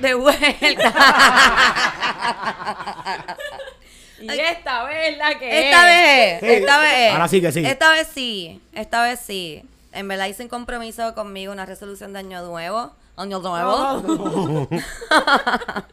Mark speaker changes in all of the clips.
Speaker 1: de vuelta.
Speaker 2: Y esta vez la que
Speaker 1: Esta
Speaker 2: es.
Speaker 1: vez,
Speaker 3: Sí.
Speaker 1: esta vez.
Speaker 3: Ahora sí que sí.
Speaker 1: Esta vez sí, esta vez sí. En verdad hice un compromiso conmigo, una resolución de año nuevo, año nuevo,
Speaker 3: Ajá.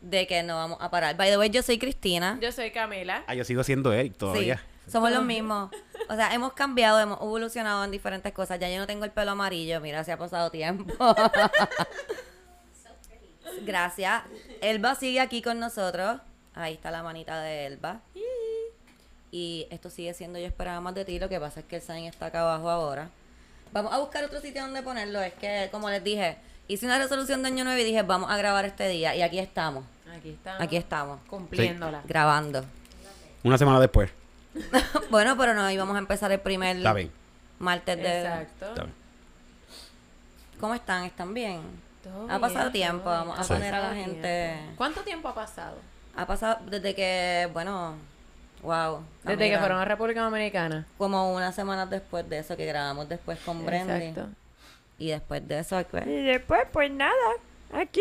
Speaker 1: de que no vamos a parar. By the way, yo soy Cristina.
Speaker 2: Yo soy Camila.
Speaker 3: Ah, yo sigo siendo Eric
Speaker 1: Sí,
Speaker 3: todavía.
Speaker 1: somos los mismos. O sea, hemos cambiado, hemos evolucionado en diferentes cosas. Ya yo no tengo el pelo amarillo, mira, se ha pasado tiempo. Gracias. Elba sigue aquí con nosotros. Ahí está la manita de Elba. Y esto sigue siendo Yo esperaba más de ti. Lo que pasa es que el sign está acá abajo ahora. Vamos a buscar otro sitio donde ponerlo. Es que, como les dije, hice una resolución de año nuevo y dije, vamos a grabar este día. Y aquí estamos.
Speaker 2: Aquí estamos.
Speaker 1: Aquí estamos.
Speaker 2: Cumpliéndola.
Speaker 1: Grabando.
Speaker 3: Una semana después.
Speaker 1: bueno, pero no íbamos a empezar el primer
Speaker 3: Está bien.
Speaker 1: martes de.
Speaker 2: Exacto.
Speaker 3: Está bien.
Speaker 1: ¿Cómo están? ¿Están bien?
Speaker 2: Todo
Speaker 1: ha pasado
Speaker 2: bien,
Speaker 1: tiempo,
Speaker 2: todo bien.
Speaker 1: vamos a
Speaker 2: Ha
Speaker 1: poner a la
Speaker 2: pasado
Speaker 1: gente.
Speaker 2: tiempo. ¿Cuánto tiempo ha pasado?
Speaker 1: Ha pasado desde que, bueno, wow.
Speaker 2: Desde
Speaker 1: Camila,
Speaker 2: que fueron a República Dominicana.
Speaker 1: Como una semana después de eso que grabamos después con Brandy.
Speaker 2: Exacto.
Speaker 1: Y después de eso, pues,
Speaker 2: Y después, pues nada, aquí.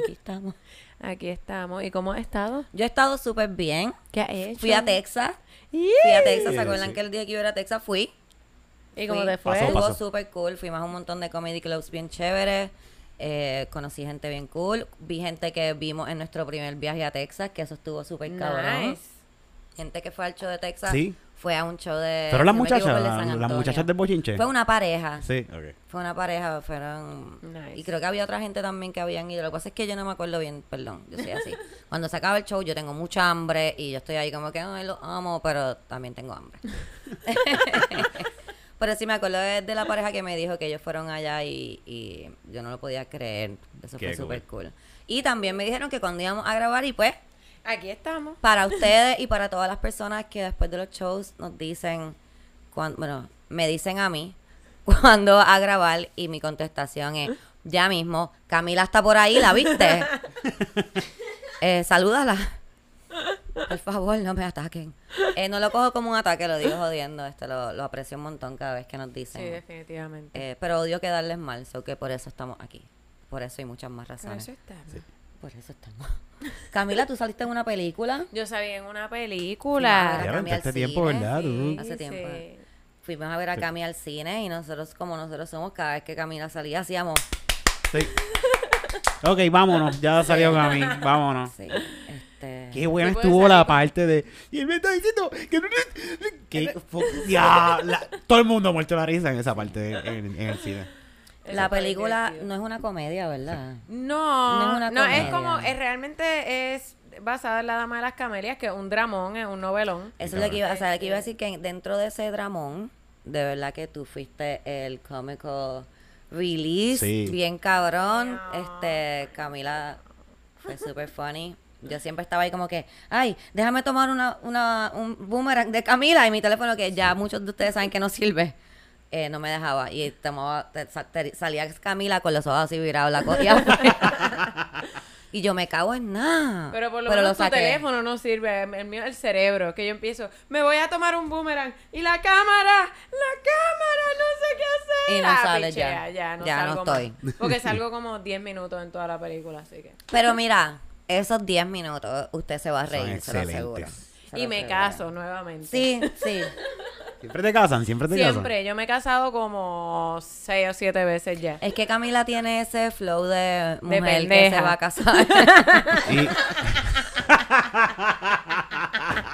Speaker 1: aquí estamos.
Speaker 2: Aquí estamos. ¿Y cómo has estado?
Speaker 1: Yo he estado súper bien.
Speaker 2: ¿Qué has hecho?
Speaker 1: Fui a Texas.
Speaker 2: Y-
Speaker 1: Fui a Texas. ¿Se
Speaker 3: Yeah,
Speaker 1: acuerdan
Speaker 3: sí.
Speaker 1: que el día que yo era a Texas fui?
Speaker 2: ¿Y cómo
Speaker 1: Fui.
Speaker 2: te fue?
Speaker 3: Pasó,
Speaker 1: Estuvo
Speaker 3: pasó.
Speaker 1: súper cool. Fuimos a un montón de comedy clubs bien chéveres. Eh, conocí gente bien cool. Vi gente que vimos en nuestro primer viaje a Texas, que eso estuvo súper cabrón.
Speaker 2: Nice.
Speaker 1: Gente que fue al show de Texas.
Speaker 3: Sí.
Speaker 1: Fue a un show de.
Speaker 3: Pero las
Speaker 1: si no me
Speaker 3: muchachas,
Speaker 1: equivoco, el de San
Speaker 3: las
Speaker 1: Antonio.
Speaker 3: muchachas del bochinche.
Speaker 1: Fue una pareja.
Speaker 3: Sí, ok.
Speaker 1: Fue una pareja, fueron...
Speaker 2: Nice.
Speaker 1: Y creo que había otra gente también que habían ido. Lo que pasa es que yo no me acuerdo bien, perdón, yo soy así. Cuando se acaba el show yo tengo mucha hambre y yo estoy ahí como que, ay, lo amo, pero también tengo hambre. pero sí me acuerdo de, de la pareja que me dijo que ellos fueron allá y, y yo no lo podía creer. Eso
Speaker 3: Qué
Speaker 1: fue
Speaker 3: cool.
Speaker 1: súper cool. Y también me dijeron que cuando íbamos a grabar y pues
Speaker 2: Aquí estamos.
Speaker 1: para ustedes y para todas las personas que después de los shows nos dicen, cuan- bueno, me dicen a mí cuándo a grabar y mi contestación es, ya mismo, Camila está por ahí, ¿la viste? Eh, salúdala. Por favor, no me ataquen. Eh, no lo cojo como un ataque, lo digo jodiendo, este, lo, lo aprecio un montón cada vez que nos
Speaker 2: Sí,
Speaker 1: dicen.
Speaker 2: definitivamente.
Speaker 1: Eh, pero odio quedarles mal, so que por eso estamos aquí. Por eso y muchas más
Speaker 2: Por
Speaker 1: razones.
Speaker 2: eso estamos.
Speaker 1: Por eso estamos. Camila, ¿tú saliste en una película?
Speaker 2: Yo salí en una
Speaker 1: Claro.
Speaker 2: película.
Speaker 3: Ya
Speaker 1: cambié al
Speaker 3: aventaste este tiempo,
Speaker 1: cine,
Speaker 3: ¿verdad?
Speaker 2: Sí,
Speaker 3: Tú-
Speaker 1: Hace tiempo.
Speaker 2: sí.
Speaker 1: Fuimos a ver a Cami al cine y nosotros, como nosotros somos, cada vez que Camila salía, hacíamos.
Speaker 3: Sí. Ok, vámonos. Ya salió Cami. Vámonos.
Speaker 1: Sí, este.
Speaker 3: Ah. Qué buena
Speaker 2: Sí, puede
Speaker 3: estuvo
Speaker 2: ser.
Speaker 3: la parte de. Y él me está diciendo que no. Que, fu- ya, la- todo el mundo muerto la risa en esa parte en, en el cine.
Speaker 2: Eso
Speaker 1: La
Speaker 2: fue
Speaker 1: película
Speaker 2: divertido.
Speaker 1: no es una comedia, ¿verdad? No
Speaker 2: No, no
Speaker 1: es
Speaker 2: es,
Speaker 1: una comedia.
Speaker 2: como, es, realmente es basada en La Dama de las Camelias, que es un dramón, es un novelón.
Speaker 1: Eso es lo que iba, o sea, lo que iba a
Speaker 2: Este-
Speaker 1: decir que dentro de ese dramón, de verdad que tú fuiste el cómico release,
Speaker 3: Sí.
Speaker 1: bien cabrón.
Speaker 2: No.
Speaker 1: Este, Camila fue súper funny. Yo siempre estaba ahí como que, ay, déjame tomar una, una, un boomerang de Camila y mi teléfono que ya muchos de ustedes saben que no sirve. eh, no me dejaba y tomaba, te- sa- te- salía Camila con los ojos así virados, la cogía. y yo me cago en nada.
Speaker 2: Pero por lo menos tu
Speaker 1: Ah, saqué.
Speaker 2: teléfono no sirve, el mío es el cerebro, que yo empiezo, me voy a tomar un boomerang y la cámara, la cámara, no sé qué hacer.
Speaker 1: Y no
Speaker 2: Ah,
Speaker 1: sale ya.
Speaker 2: pichea, Ya no,
Speaker 1: Ya no
Speaker 2: salgo más.
Speaker 1: estoy.
Speaker 2: Porque salgo como 10 minutos en toda la película, así que.
Speaker 1: Pero mira, esos 10 minutos usted se va a reír, se
Speaker 3: Son
Speaker 1: lo
Speaker 3: excelentes.
Speaker 1: aseguro. Se
Speaker 2: Y
Speaker 1: lo
Speaker 2: me
Speaker 1: aseguro.
Speaker 2: caso nuevamente.
Speaker 1: Sí, sí.
Speaker 3: Siempre te casan, siempre te casan.
Speaker 2: Siempre, yo me he casado como 6 o 7 veces ya.
Speaker 1: Es que Camila tiene ese flow de mujer que se
Speaker 2: pendeja.
Speaker 1: va a casar.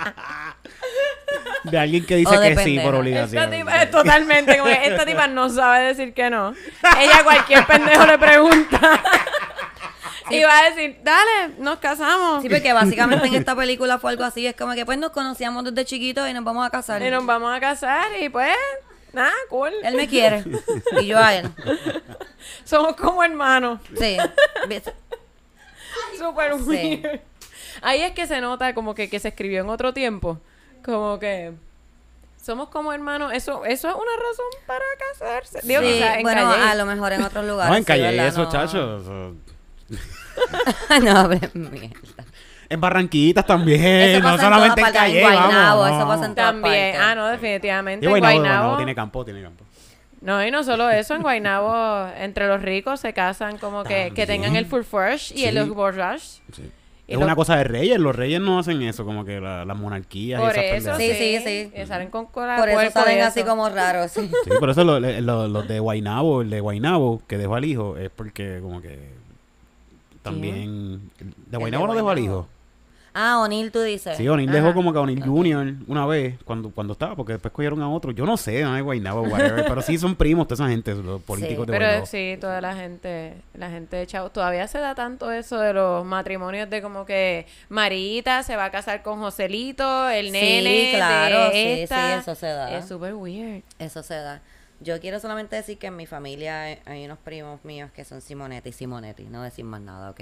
Speaker 3: Y- de alguien que dice
Speaker 1: O de
Speaker 3: que sí por
Speaker 1: pendeja.
Speaker 3: obligación.
Speaker 2: Esta tipa, es totalmente, como que esta tipa no sabe decir que no. Ella a cualquier pendejo le pregunta. Y va a decir, dale, nos casamos.
Speaker 1: Sí, porque básicamente en esta película fue algo así. Es como que pues nos conocíamos desde chiquitos y nos vamos a casar.
Speaker 2: Y nos vamos a casar y pues, nada, cool.
Speaker 1: Él me quiere y yo a él.
Speaker 2: Somos como hermanos.
Speaker 1: Sí. ¿Ves?
Speaker 2: Súper
Speaker 1: Sí.
Speaker 2: weird. Ahí es que se nota como que, que se escribió en otro tiempo. Como que somos como hermanos. Eso, eso es una razón para casarse. Digo,
Speaker 1: Sí,
Speaker 2: o sea, en
Speaker 1: bueno,
Speaker 2: Calle.
Speaker 1: a lo mejor en otros lugares.
Speaker 3: No, en
Speaker 1: sí,
Speaker 3: calle,
Speaker 1: ¿verdad?
Speaker 3: eso,
Speaker 1: No.
Speaker 3: chacho. eso-
Speaker 1: no, hombre, mierda.
Speaker 3: En Barranquitas también,
Speaker 1: Eso
Speaker 3: no
Speaker 1: pasa en
Speaker 3: solamente
Speaker 1: todas partes,
Speaker 3: en calle.
Speaker 1: en Guaynabo,
Speaker 3: vamos,
Speaker 1: eso
Speaker 3: no.
Speaker 1: pasa en todas
Speaker 2: También.
Speaker 1: partes.
Speaker 2: Ah, no, definitivamente.
Speaker 3: Y Guaynabo,
Speaker 2: Guaynabo.
Speaker 3: Guaynabo tiene campo, tiene campo.
Speaker 2: No, y no solo eso, en Guaynabo, entre los ricos se casan como que, que tengan el
Speaker 3: También.
Speaker 2: full fresh y
Speaker 3: Sí.
Speaker 2: el los borrash.
Speaker 3: Sí.
Speaker 2: Y
Speaker 3: Es
Speaker 2: lo-
Speaker 3: una cosa de reyes, los reyes no hacen eso, como que la- las monarquías
Speaker 2: Por
Speaker 3: y esas
Speaker 2: eso,
Speaker 3: pendejas.
Speaker 2: sí,
Speaker 1: Sí, sí, sí.
Speaker 2: que salen con cola
Speaker 1: Por eso
Speaker 2: puerco y
Speaker 1: salen así
Speaker 2: Ah, pues, eso.
Speaker 1: como raros. sí.
Speaker 3: Sí, por eso lo- le- lo- los de Guainabo, el de Guainabo que dejó al hijo, es porque como que también... ¿De Guainabo no dejó al hijo?
Speaker 1: Ah, O'Neill, tú dices.
Speaker 3: Sí, O'Neill
Speaker 1: Ajá.
Speaker 3: dejó como que a O'Neill Jr. una vez, cuando, cuando estaba, porque después cogieron a otro. Yo no sé, no hay Guainabo, whatever, pero sí son primos toda esa gente, los políticos de
Speaker 2: Pero
Speaker 3: Guainabo.
Speaker 2: sí, toda la gente, la gente de Chavo, todavía se da tanto eso de los matrimonios de como que Marita se va a casar con Joselito, el
Speaker 1: Sí,
Speaker 2: nene, de
Speaker 1: claro, sí, sí,
Speaker 2: esta.
Speaker 1: eso se da.
Speaker 2: Es súper weird.
Speaker 1: Eso se da. Yo quiero solamente decir que en mi familia hay, hay unos primos míos que son Simonetti, Simonetti. No decir más nada, ¿ok?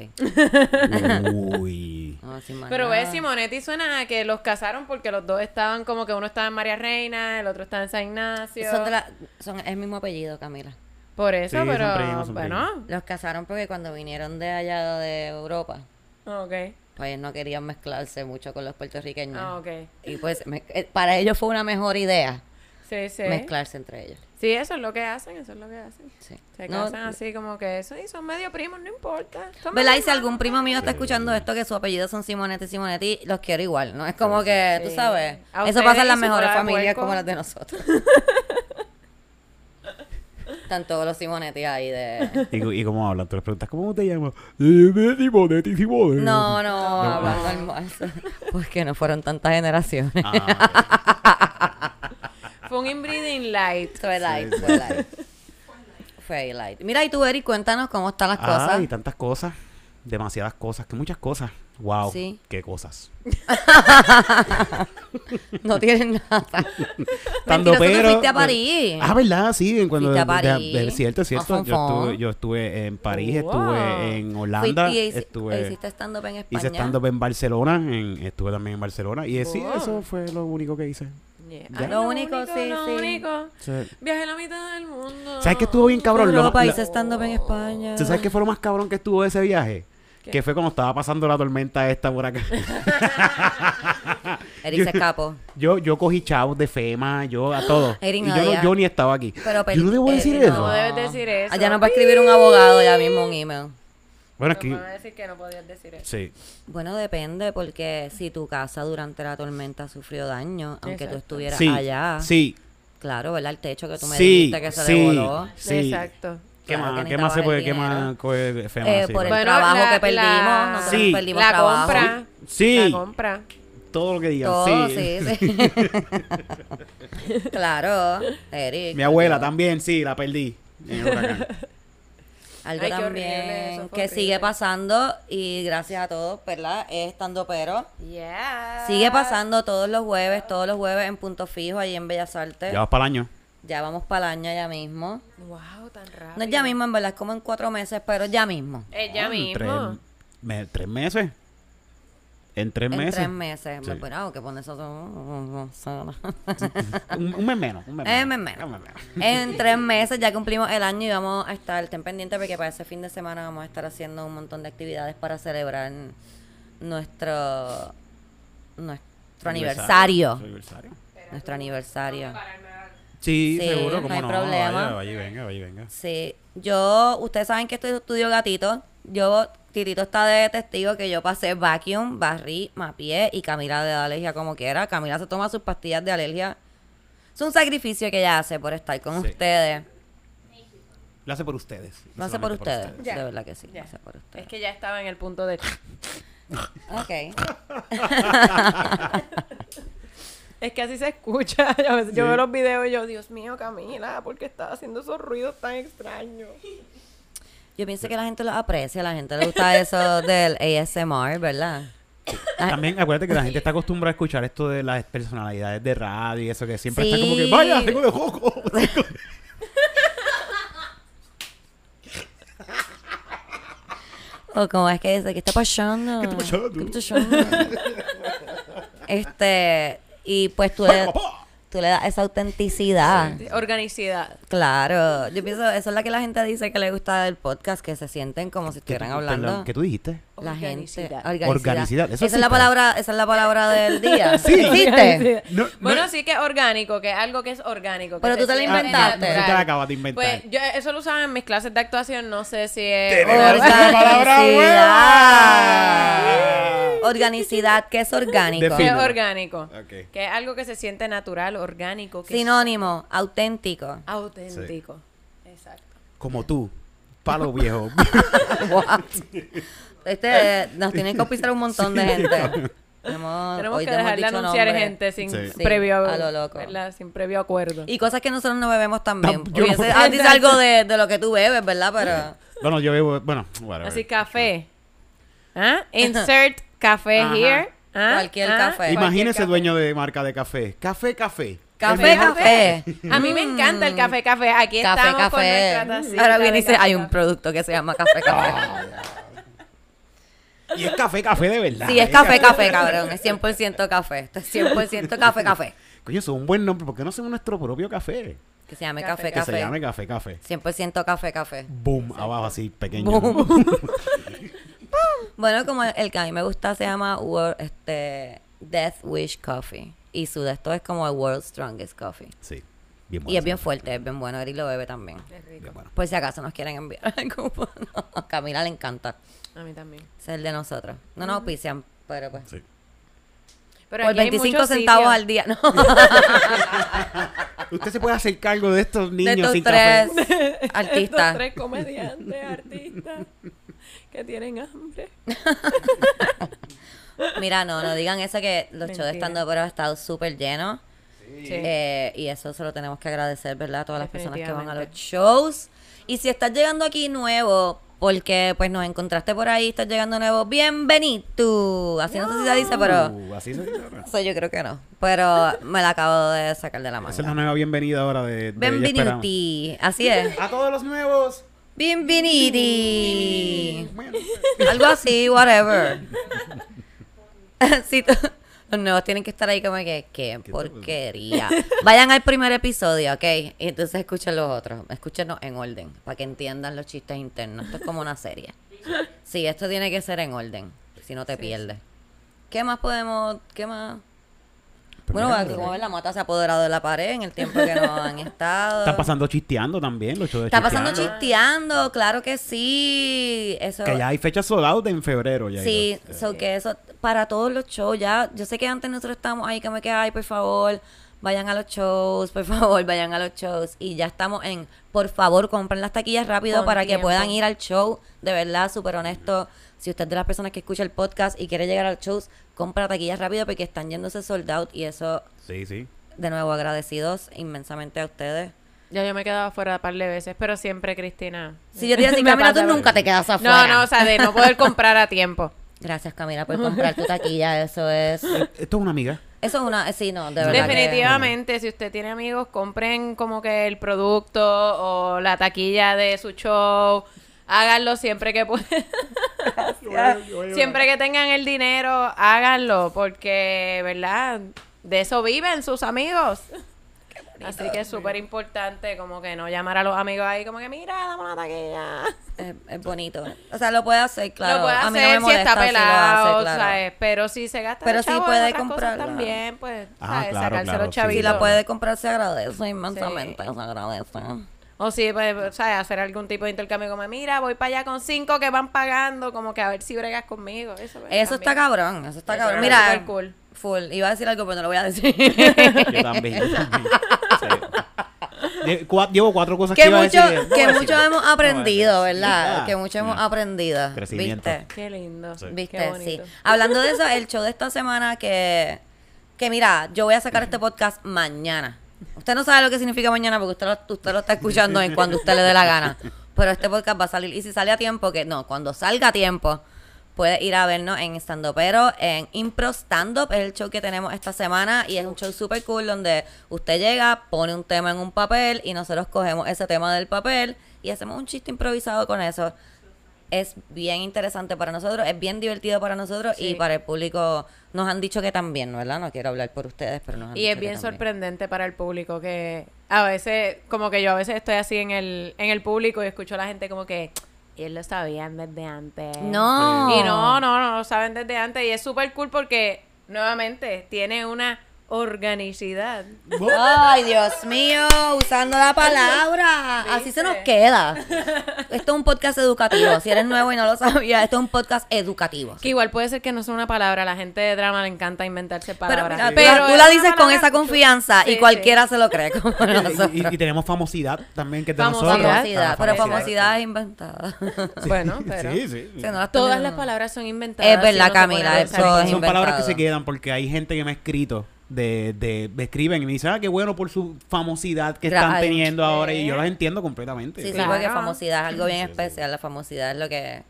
Speaker 3: Uy.
Speaker 1: No decir más
Speaker 2: Pero
Speaker 1: nada.
Speaker 2: ves, Simonetti suena a que los casaron porque los dos estaban como que uno estaba en María Reina, el otro estaba en San Ignacio.
Speaker 1: Son de la- son- es el mismo apellido, Camila.
Speaker 2: Por eso,
Speaker 3: Sí, son
Speaker 2: pero
Speaker 3: primos, son
Speaker 2: bueno,
Speaker 1: Los casaron porque cuando vinieron de allá de Europa,
Speaker 2: ok,
Speaker 1: pues no querían mezclarse mucho con los puertorriqueños.
Speaker 2: ah, ok.
Speaker 1: Y pues me- eh, para ellos fue una mejor idea
Speaker 2: Sí, sí.
Speaker 1: mezclarse entre ellos.
Speaker 2: Sí, eso es lo que hacen, eso es lo que hacen.
Speaker 1: Sí.
Speaker 2: Se
Speaker 1: No,
Speaker 2: casan así como que eso, y son medio primos, no importa. Son
Speaker 1: ¿Verdad? Y
Speaker 2: medio
Speaker 1: si algún
Speaker 2: hermanos.
Speaker 1: primo mío está escuchando esto, que su apellido son Simonetti, Simonetti, los quiero igual, ¿no? Es como que, tú
Speaker 2: Sí.
Speaker 1: sabes,
Speaker 2: A
Speaker 1: eso
Speaker 2: ustedes
Speaker 1: pasa en las
Speaker 2: y su
Speaker 1: mejores
Speaker 2: cola de
Speaker 1: familias
Speaker 2: puerco.
Speaker 1: como las de nosotros. Están todos los Simonetti ahí de...
Speaker 3: Y, y cómo hablan, tú les preguntas, ¿cómo te llamas? Eh, Simonetti, Simonetti.
Speaker 1: No, no,
Speaker 2: No.
Speaker 1: hablan normal. Porque no fueron tantas generaciones.
Speaker 3: Ah, ok.
Speaker 2: Fue un inbreeding light.
Speaker 1: Fue light, fue light. Fue light. Mira, y tú, Eric, cuéntanos cómo están las
Speaker 3: Ay,
Speaker 1: cosas.
Speaker 3: tantas cosas. Demasiadas cosas. Que muchas cosas. Wow.
Speaker 1: Sí.
Speaker 3: Qué cosas.
Speaker 1: No tienen nada. Mentira,
Speaker 3: Tanto
Speaker 1: eso tú
Speaker 3: pero.
Speaker 1: fuiste a París.
Speaker 3: Ah, ¿verdad? Sí, en cuando.
Speaker 1: Fuiste a
Speaker 3: de- de-
Speaker 1: París.
Speaker 3: de- cierto, es cierto.
Speaker 1: A
Speaker 3: Yo
Speaker 1: Fonfon.
Speaker 3: estuve, yo estuve en París,
Speaker 2: Wow.
Speaker 3: estuve en Holanda,
Speaker 1: Fuiste y hici-
Speaker 3: estuve.
Speaker 1: hiciste stand-up en España.
Speaker 3: Hice stand-up en Barcelona, en- estuve también en Barcelona. Y eh, sí,
Speaker 2: Wow.
Speaker 3: eso fue lo único que hice.
Speaker 2: Yeah.
Speaker 3: Ya.
Speaker 2: Ay,
Speaker 1: Lo único, sí,
Speaker 2: lo
Speaker 1: sí.
Speaker 2: único.
Speaker 3: O sea,
Speaker 2: Viajé a la mitad del mundo.
Speaker 3: ¿Sabes qué estuvo bien cabrón? Lo-
Speaker 1: Europa,
Speaker 3: lo-
Speaker 1: hice stand-up en España.
Speaker 3: ¿Tú sabes qué fue lo más cabrón que estuvo de ese viaje?
Speaker 2: ¿Qué?
Speaker 3: Que fue cuando estaba pasando la tormenta esta por acá.
Speaker 1: Eric se escapó.
Speaker 3: Yo, yo cogí chavos de FEMA, yo a todo.
Speaker 1: Erin
Speaker 3: y yo, no-
Speaker 1: Nadia.
Speaker 3: yo ni estaba aquí.
Speaker 1: Pero
Speaker 3: yo no debo
Speaker 1: Peri-
Speaker 3: decir
Speaker 1: Peri,
Speaker 3: eso.
Speaker 2: No debes decir eso.
Speaker 1: Allá nos va a escribir un abogado ya mismo un email.
Speaker 3: Bueno,
Speaker 2: No
Speaker 3: aquí.
Speaker 2: me vas a decir que no podías decir eso.
Speaker 3: Sí.
Speaker 1: Bueno, depende, porque si tu casa durante la tormenta sufrió daño, aunque
Speaker 2: Exacto.
Speaker 1: tú estuvieras
Speaker 3: Sí.
Speaker 1: allá,
Speaker 3: Sí.
Speaker 1: claro, ¿verdad? El techo que tú me
Speaker 3: Sí.
Speaker 1: dijiste que se
Speaker 3: Sí.
Speaker 1: devoló.
Speaker 3: Sí.
Speaker 2: Exacto.
Speaker 3: ¿Qué
Speaker 1: Claro
Speaker 3: más?
Speaker 1: que
Speaker 3: ¿Qué más se
Speaker 1: necesitabas
Speaker 3: puede?
Speaker 1: el
Speaker 3: ¿Qué más
Speaker 1: dinero.
Speaker 3: coge FEMA?
Speaker 1: Eh,
Speaker 3: Sí,
Speaker 1: por el
Speaker 3: bueno.
Speaker 2: Bueno,
Speaker 1: trabajo
Speaker 2: la-
Speaker 1: que perdimos,
Speaker 2: la-
Speaker 1: nosotros
Speaker 3: Sí.
Speaker 1: perdimos
Speaker 2: La
Speaker 1: trabajo.
Speaker 2: compra.
Speaker 3: Sí.
Speaker 2: La compra.
Speaker 3: Todo lo que digan.
Speaker 1: Todo,
Speaker 3: sí.
Speaker 1: sí, sí. claro, Eric.
Speaker 3: Mi abuela también, sí, la perdí. en el huracán.
Speaker 1: Algo
Speaker 2: Ay, qué
Speaker 1: también
Speaker 2: horrible, eso fue
Speaker 1: que
Speaker 2: horrible.
Speaker 1: sigue pasando y gracias a todos, ¿verdad? Es Estando pero.
Speaker 2: Yeah.
Speaker 1: Sigue pasando todos los jueves, todos los jueves en Punto Fijo, ahí en Bellas Artes.
Speaker 3: ya vas para el año.
Speaker 1: Ya vamos para el año ya mismo.
Speaker 2: Wow, tan rápido.
Speaker 1: No es ya mismo, en verdad, es como en cuatro meses, pero ya mismo.
Speaker 2: Es ya
Speaker 3: Ah, en
Speaker 2: mismo.
Speaker 3: Tres, me- tres meses. En tres
Speaker 1: En
Speaker 3: meses.
Speaker 1: tres meses.
Speaker 3: Sí.
Speaker 1: Bueno, que pones eso.
Speaker 3: Un, un mes menos. Un mes
Speaker 1: Eh,
Speaker 3: menos.
Speaker 1: mes menos.
Speaker 3: Un mes menos.
Speaker 1: En tres meses ya cumplimos el año y vamos a estar, ten pendiente porque para ese fin de semana vamos a estar haciendo un montón de actividades para celebrar nuestro nuestro aniversario.
Speaker 3: Aniversario.
Speaker 1: Nuestro aniversario.
Speaker 3: Sí,
Speaker 1: Sí,
Speaker 3: seguro,
Speaker 1: no
Speaker 3: como
Speaker 1: hay
Speaker 3: no.
Speaker 1: problema.
Speaker 3: Vaya, vaya, y venga, vaya, y venga.
Speaker 1: Sí, yo, ustedes saben que estoy estudio gatito. Yo, Titito está de testigo que yo pasé vacuum, barrí, mapié y Camila de alergia como quiera. Camila se toma sus pastillas de alergia. Es un sacrificio que ella hace por estar con
Speaker 3: Sí.
Speaker 1: ustedes.
Speaker 3: Lo hace por ustedes.
Speaker 1: Lo hace por
Speaker 3: solamente
Speaker 1: ustedes.
Speaker 2: Ya.
Speaker 1: De verdad que sí,
Speaker 2: Ya.
Speaker 1: lo hace por ustedes.
Speaker 2: Es que ya estaba en el punto de.
Speaker 1: Ok.
Speaker 2: Es que así se escucha. Yo, a veces- yo
Speaker 3: Sí.
Speaker 2: veo los videos y yo, Dios mío, Camila, ¿por qué estás haciendo esos ruidos tan extraños?
Speaker 1: Yo pienso que la gente lo aprecia, la gente le gusta eso del ASMR, ¿verdad?
Speaker 3: También acuérdate que la gente está acostumbrada a escuchar esto de las personalidades de radio y eso que siempre está como que
Speaker 1: Sí.
Speaker 3: vaya, tengo de joco.
Speaker 1: O como es que dice, ¿qué está pasando?
Speaker 3: ¿Qué está pasando? ¡Oh!
Speaker 1: ¿Qué está pasando? este, y pues tú le, tú le das esa autenticidad.
Speaker 2: Organicidad.
Speaker 1: Claro, yo pienso, eso es la que la gente dice que le gusta del podcast, que se sienten como si estuvieran hablando.
Speaker 3: Perdón, ¿Qué tú dijiste?
Speaker 1: la gente.
Speaker 2: Organicidad.
Speaker 1: Organicidad.
Speaker 3: Organicidad, eso
Speaker 1: Esa es la
Speaker 3: existe.
Speaker 1: palabra, esa es la palabra del día.
Speaker 3: Sí.
Speaker 1: ¿Existe?
Speaker 3: No, no-
Speaker 2: bueno, sí que es orgánico, que es algo que es orgánico. que
Speaker 1: Pero tú te la
Speaker 2: sientes
Speaker 1: inventaste.
Speaker 2: natural.
Speaker 1: Tú
Speaker 3: Ah, te la acabas de inventar.
Speaker 2: Pues yo eso lo usaba en mis clases de actuación, no sé si es...
Speaker 1: Tenemos
Speaker 2: una-
Speaker 1: otra palabra
Speaker 3: nueva.
Speaker 1: Organicidad, que es orgánico.
Speaker 2: que es
Speaker 3: Define.
Speaker 2: orgánico.
Speaker 3: Ok.
Speaker 2: Que es algo que se siente natural, orgánico, que
Speaker 1: Sinónimo, auténtico.
Speaker 2: es auténtico. Exacto.
Speaker 3: Como tú, palo viejo.
Speaker 1: What? Este, eh, nos tienen que auspiciar un montón de gente. Hemos-
Speaker 2: Tenemos
Speaker 1: Ah, hoy
Speaker 2: que
Speaker 1: te hemos
Speaker 2: dejar de
Speaker 1: dicho
Speaker 2: anunciar
Speaker 1: nombres.
Speaker 2: gente sin,
Speaker 3: Sí.
Speaker 1: Sí,
Speaker 2: previo,
Speaker 1: a lo loco.
Speaker 2: ¿verdad? sin previo acuerdo.
Speaker 1: Y cosas que nosotros no bebemos también.
Speaker 3: Tam- yo no-
Speaker 1: Hubiese- ah, dice algo de, de lo que tú bebes, ¿verdad? Pero...
Speaker 3: bueno, yo bebo, bueno, whatever.
Speaker 2: Así café. ¿Ah? Insert café
Speaker 3: Ajá.
Speaker 2: here. ¿Ah?
Speaker 1: Cualquier
Speaker 2: ¿Ah?
Speaker 1: café.
Speaker 3: Imagínese
Speaker 2: café.
Speaker 3: dueño de marca de café. Café, café.
Speaker 1: Café, café.
Speaker 2: A mí me encanta el café, café. Aquí
Speaker 1: Café,
Speaker 2: estamos con
Speaker 1: café.
Speaker 2: nuestra tacita
Speaker 1: Ahora
Speaker 2: de
Speaker 1: viene y dice,
Speaker 2: café,
Speaker 1: hay un
Speaker 2: café".
Speaker 1: producto que se llama café,
Speaker 3: Ah,
Speaker 1: café.
Speaker 3: Y es café, café de verdad.
Speaker 1: Sí, es café, café, cabrón. Es 100% café. Esto es 100% café, café.
Speaker 3: Coño, eso es un buen nombre. ¿Por qué no hacemos nuestro propio café?
Speaker 1: Que se llame
Speaker 2: Café,
Speaker 1: café,
Speaker 3: Que se llame
Speaker 1: café.
Speaker 3: café, café.
Speaker 1: 100% café, café.
Speaker 3: Boom, abajo así, pequeño.
Speaker 1: Boom. Bueno, como el que a mí me gusta se llama Wor- este, Death Wish Coffee. Y su de esto es como el World's Strongest Coffee.
Speaker 3: Sí. Bien bueno.
Speaker 1: Y es bien fuerte, es bien bueno. Eric lo bebe también.
Speaker 3: Bien bueno.
Speaker 1: Por si acaso nos quieren enviar algún bono. A Camila le encanta.
Speaker 2: A mí también.
Speaker 1: Ese Es el de nosotros. No nos auspician, pero pues.
Speaker 3: Sí.
Speaker 2: Pero
Speaker 1: Por
Speaker 2: aquí hay
Speaker 1: 25
Speaker 2: muchos
Speaker 1: centavos
Speaker 2: sitios.
Speaker 1: al día. No,
Speaker 3: Usted se puede hacer cargo de estos
Speaker 1: de
Speaker 3: niños
Speaker 1: estos
Speaker 3: sin café.
Speaker 1: tres
Speaker 2: Estos
Speaker 1: artistas.
Speaker 2: tres comediantes, artistas que tienen hambre.
Speaker 1: Mira, no, no digan eso que los shows
Speaker 2: Mentira.
Speaker 1: de stand up han estado súper llenos.
Speaker 2: Sí.
Speaker 1: Eh, y eso se lo tenemos que agradecer, ¿verdad? A todas las personas que van a los
Speaker 2: Definitivamente.
Speaker 1: shows. Y si estás llegando aquí nuevo, porque pues nos encontraste por ahí, estás llegando nuevo, bienvenido. Así no sé si se dice, pero...
Speaker 3: Uh, así se dice ahora.
Speaker 1: Eso yo creo que no. Pero me la acabo de sacar de la
Speaker 3: Esa es la
Speaker 1: mano.
Speaker 3: nueva bienvenida ahora de, de Ella Esperamos.
Speaker 1: Bienvenuti. Así es.
Speaker 3: A todos los nuevos.
Speaker 1: Bienveniti.
Speaker 3: Bueno,
Speaker 1: Algo así, whatever. Sí, tú- los nuevos tienen que estar ahí como que, qué
Speaker 3: ¿Qué
Speaker 1: porquería. Vayan al primer episodio, ¿ok? Y entonces escuchen los otros. Escúchenos en orden, para que entiendan los chistes internos. Esto es como una serie. Sí, esto tiene que ser en orden, si no te pierdes. ¿Qué más podemos, qué más? Bueno,
Speaker 3: mira,
Speaker 1: como ven, la mata se ha apoderado de la pared en el tiempo que no han estado.
Speaker 3: Está pasando chisteando también, los shows de
Speaker 1: Está pasando
Speaker 3: chisteando.
Speaker 1: chisteando, claro que sí. Eso,
Speaker 3: Que ya hay fecha sold out en febrero. Ya
Speaker 1: Sí,
Speaker 3: Yo-
Speaker 1: so que eso, para todos los shows, ya, yo sé que antes nosotros estábamos ahí como que, ay, por favor, vayan a los shows, por favor, vayan a los shows. Y ya estamos en, por favor, compren las taquillas rápido
Speaker 2: Con
Speaker 1: para que
Speaker 2: tiempo.
Speaker 1: puedan ir al show, de verdad, súper honesto. Si usted es de las personas que escucha el podcast y quiere llegar a los shows, compra taquillas rápido porque están yéndose sold out y eso,
Speaker 3: Sí, sí.
Speaker 1: de nuevo, agradecidos inmensamente a ustedes.
Speaker 2: Ya yo me he quedado afuera un par de veces, pero siempre Cristina.
Speaker 1: Si yo te decía,
Speaker 2: Me
Speaker 1: Camila, tú
Speaker 2: pasa-
Speaker 1: nunca te quedas
Speaker 2: No,
Speaker 1: afuera.
Speaker 2: no, o sea, de no poder comprar a tiempo.
Speaker 1: Gracias, Camila, por comprar tu taquilla, eso es...
Speaker 3: Esto es una amiga.
Speaker 1: Eso es una, sí, no, de verdad. que-
Speaker 2: Definitivamente, si usted tiene amigos, compren como que el producto o la taquilla de su show. Háganlo siempre que puedan. siempre que tengan el dinero, háganlo, porque, ¿verdad? De eso viven sus amigos. Así que es súper importante como que no llamar a los amigos ahí como que, mira, dame una taquilla.
Speaker 1: Es, es bonito. O sea, lo puede hacer, claro.
Speaker 2: lo puede
Speaker 1: a
Speaker 2: hacer
Speaker 1: mí no me
Speaker 2: si
Speaker 1: molesta
Speaker 2: está
Speaker 1: lo
Speaker 2: pelado,
Speaker 1: hace, claro.
Speaker 2: ¿sabes? Pero si se gasta
Speaker 1: Pero
Speaker 2: el
Speaker 1: si
Speaker 2: chavo en
Speaker 1: puede
Speaker 2: otras cosas
Speaker 1: comprarla.
Speaker 2: también, pues,
Speaker 3: Ah,
Speaker 2: ¿sabes?
Speaker 3: claro,
Speaker 2: sacarse
Speaker 3: claro,
Speaker 2: los
Speaker 3: sí, sí,
Speaker 2: chavitos.
Speaker 1: Si la puede comprar, se agradece inmensamente. Se agradece.
Speaker 2: O si, pues, ¿sabes? Hacer algún tipo de intercambio como, mira, voy para allá con cinco que van pagando, como que a ver si bregas conmigo. Eso, pues,
Speaker 1: Eso está
Speaker 2: también.
Speaker 1: cabrón. Eso está
Speaker 2: Eso
Speaker 1: cabrón.
Speaker 2: era
Speaker 1: Mira,
Speaker 2: súper cool.
Speaker 1: full. Iba a decir algo, pero no lo voy a decir.
Speaker 3: Yo también. yo también. Sí. Lle- cua- Llevo cuatro cosas que
Speaker 1: que
Speaker 3: iba a
Speaker 1: mucho,
Speaker 3: decir. No voy a
Speaker 1: que
Speaker 3: decir.
Speaker 1: mucho hemos aprendido,
Speaker 3: No voy a decir.
Speaker 1: ¿verdad?
Speaker 3: Ah,
Speaker 1: que mucho hemos
Speaker 3: mira.
Speaker 1: aprendido.
Speaker 3: Crecimiento.
Speaker 1: ¿Viste?
Speaker 2: Qué lindo.
Speaker 3: Sí.
Speaker 2: Qué
Speaker 1: ¿Viste? Sí.
Speaker 2: bonito.
Speaker 1: Hablando de eso, el show de esta semana que... Que mira, yo voy a sacar este podcast mañana. Usted no sabe lo que significa mañana porque usted lo, usted lo está escuchando en cuando usted le dé la gana. Pero este podcast va a salir. Y si sale a tiempo, que no, cuando salga a tiempo, puede ir a vernos en Stand Up. Pero en Impro Stand Up es el show que tenemos esta semana y es un show super cool donde usted llega, pone un tema en un papel y nosotros cogemos ese tema del papel y hacemos un chiste improvisado con eso. es bien interesante para nosotros, es bien divertido para nosotros
Speaker 2: Sí.
Speaker 1: y para el público. Nos han dicho que también, ¿verdad? No quiero hablar por ustedes, pero nos han
Speaker 2: Y
Speaker 1: dicho
Speaker 2: es
Speaker 1: que
Speaker 2: bien
Speaker 1: también.
Speaker 2: sorprendente para el público que a veces, como que yo a veces estoy así en el, en el público y escucho a la gente como que, y él lo sabían desde antes.
Speaker 1: No.
Speaker 2: Y no, no, no lo saben desde antes. Y es súper cool porque, nuevamente, tiene una organicidad.
Speaker 1: Ay, Dios mío, usando la palabra. Así se nos
Speaker 2: ¿Viste?
Speaker 1: queda. Esto es un podcast educativo. Si eres nuevo y no lo sabías, esto es un podcast educativo.
Speaker 2: Que igual puede ser que no sea una palabra. A la gente de drama le encanta inventarse
Speaker 1: Pero,
Speaker 2: palabras.
Speaker 1: mira, tú la- tú
Speaker 2: es
Speaker 1: la
Speaker 2: una
Speaker 1: dices con
Speaker 2: palabra
Speaker 1: esa
Speaker 2: mucho-
Speaker 1: confianza
Speaker 2: Sí,
Speaker 1: y
Speaker 2: sí.
Speaker 1: cualquiera se lo cree como nosotros.
Speaker 3: Y, y- y tenemos famosidad también que es de
Speaker 2: Famosidad,
Speaker 3: nosotros.
Speaker 1: Famosidad,
Speaker 3: Ah,
Speaker 1: pero
Speaker 2: famosidad.
Speaker 1: famosidad es inventada.
Speaker 2: Bueno, pero
Speaker 3: Sí, sí.
Speaker 1: O sea, no las
Speaker 2: todas
Speaker 1: tenemos.
Speaker 2: las palabras son inventadas.
Speaker 1: Es verdad,
Speaker 2: si uno se pone a
Speaker 1: Camila,
Speaker 2: pensar.
Speaker 1: eso es
Speaker 3: son palabras que
Speaker 1: inventado.
Speaker 3: se quedan porque hay gente que me ha escrito de, de me escriben y me dicen ah qué bueno por su famosidad que están
Speaker 1: Claro.
Speaker 3: teniendo ahora y yo las entiendo completamente
Speaker 1: Sí, sí,
Speaker 2: Claro.
Speaker 1: porque famosidad es algo bien especial. La famosidad es lo que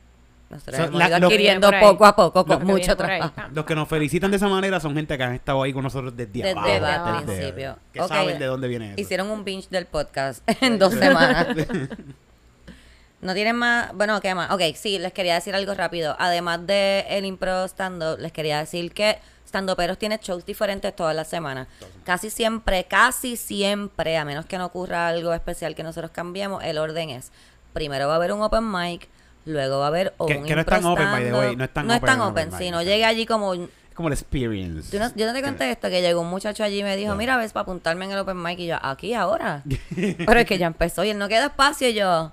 Speaker 1: nosotros
Speaker 3: So,
Speaker 1: hemos
Speaker 3: la-
Speaker 1: ido
Speaker 3: lo que
Speaker 1: adquiriendo
Speaker 2: viene por ahí.
Speaker 1: poco a poco
Speaker 2: Lo
Speaker 1: con
Speaker 2: que
Speaker 1: mucho
Speaker 2: viene por ahí.
Speaker 1: trabajo.
Speaker 3: los que nos felicitan de esa manera son gente que han estado ahí con nosotros desde,
Speaker 1: Desde
Speaker 3: abajo,
Speaker 1: abajo, al
Speaker 3: desde-
Speaker 1: principio.
Speaker 3: que
Speaker 1: Ok.
Speaker 3: saben de dónde viene eso
Speaker 1: Hicieron un binge del podcast en dos semanas. No tienen más, bueno, ¿qué más? Ok, sí, les quería decir algo rápido. Además de el impro stand-up, les quería decir que Stand Uperos tiene shows diferentes todas las semanas. Casi siempre, casi siempre, a menos que no ocurra algo especial que nosotros cambiemos, el orden es, primero va a haber un open mic, luego va a haber o
Speaker 3: Que-
Speaker 1: un
Speaker 3: que no es
Speaker 1: impro
Speaker 3: tan open, by the
Speaker 1: stand-up.
Speaker 3: way, no es tan
Speaker 1: No
Speaker 3: open
Speaker 1: tan
Speaker 3: el
Speaker 1: open,
Speaker 3: open
Speaker 1: sí,
Speaker 3: mic,
Speaker 1: no
Speaker 3: no.
Speaker 1: llegué allí como... un-
Speaker 3: es como el experience
Speaker 1: Tú no- yo no te conté esto, que llegó un muchacho allí y me dijo, mira, ves, para apuntarme en el open mic. Y yo, ¿aquí ahora? Pero es que ya empezó y él no queda espacio. Y yo,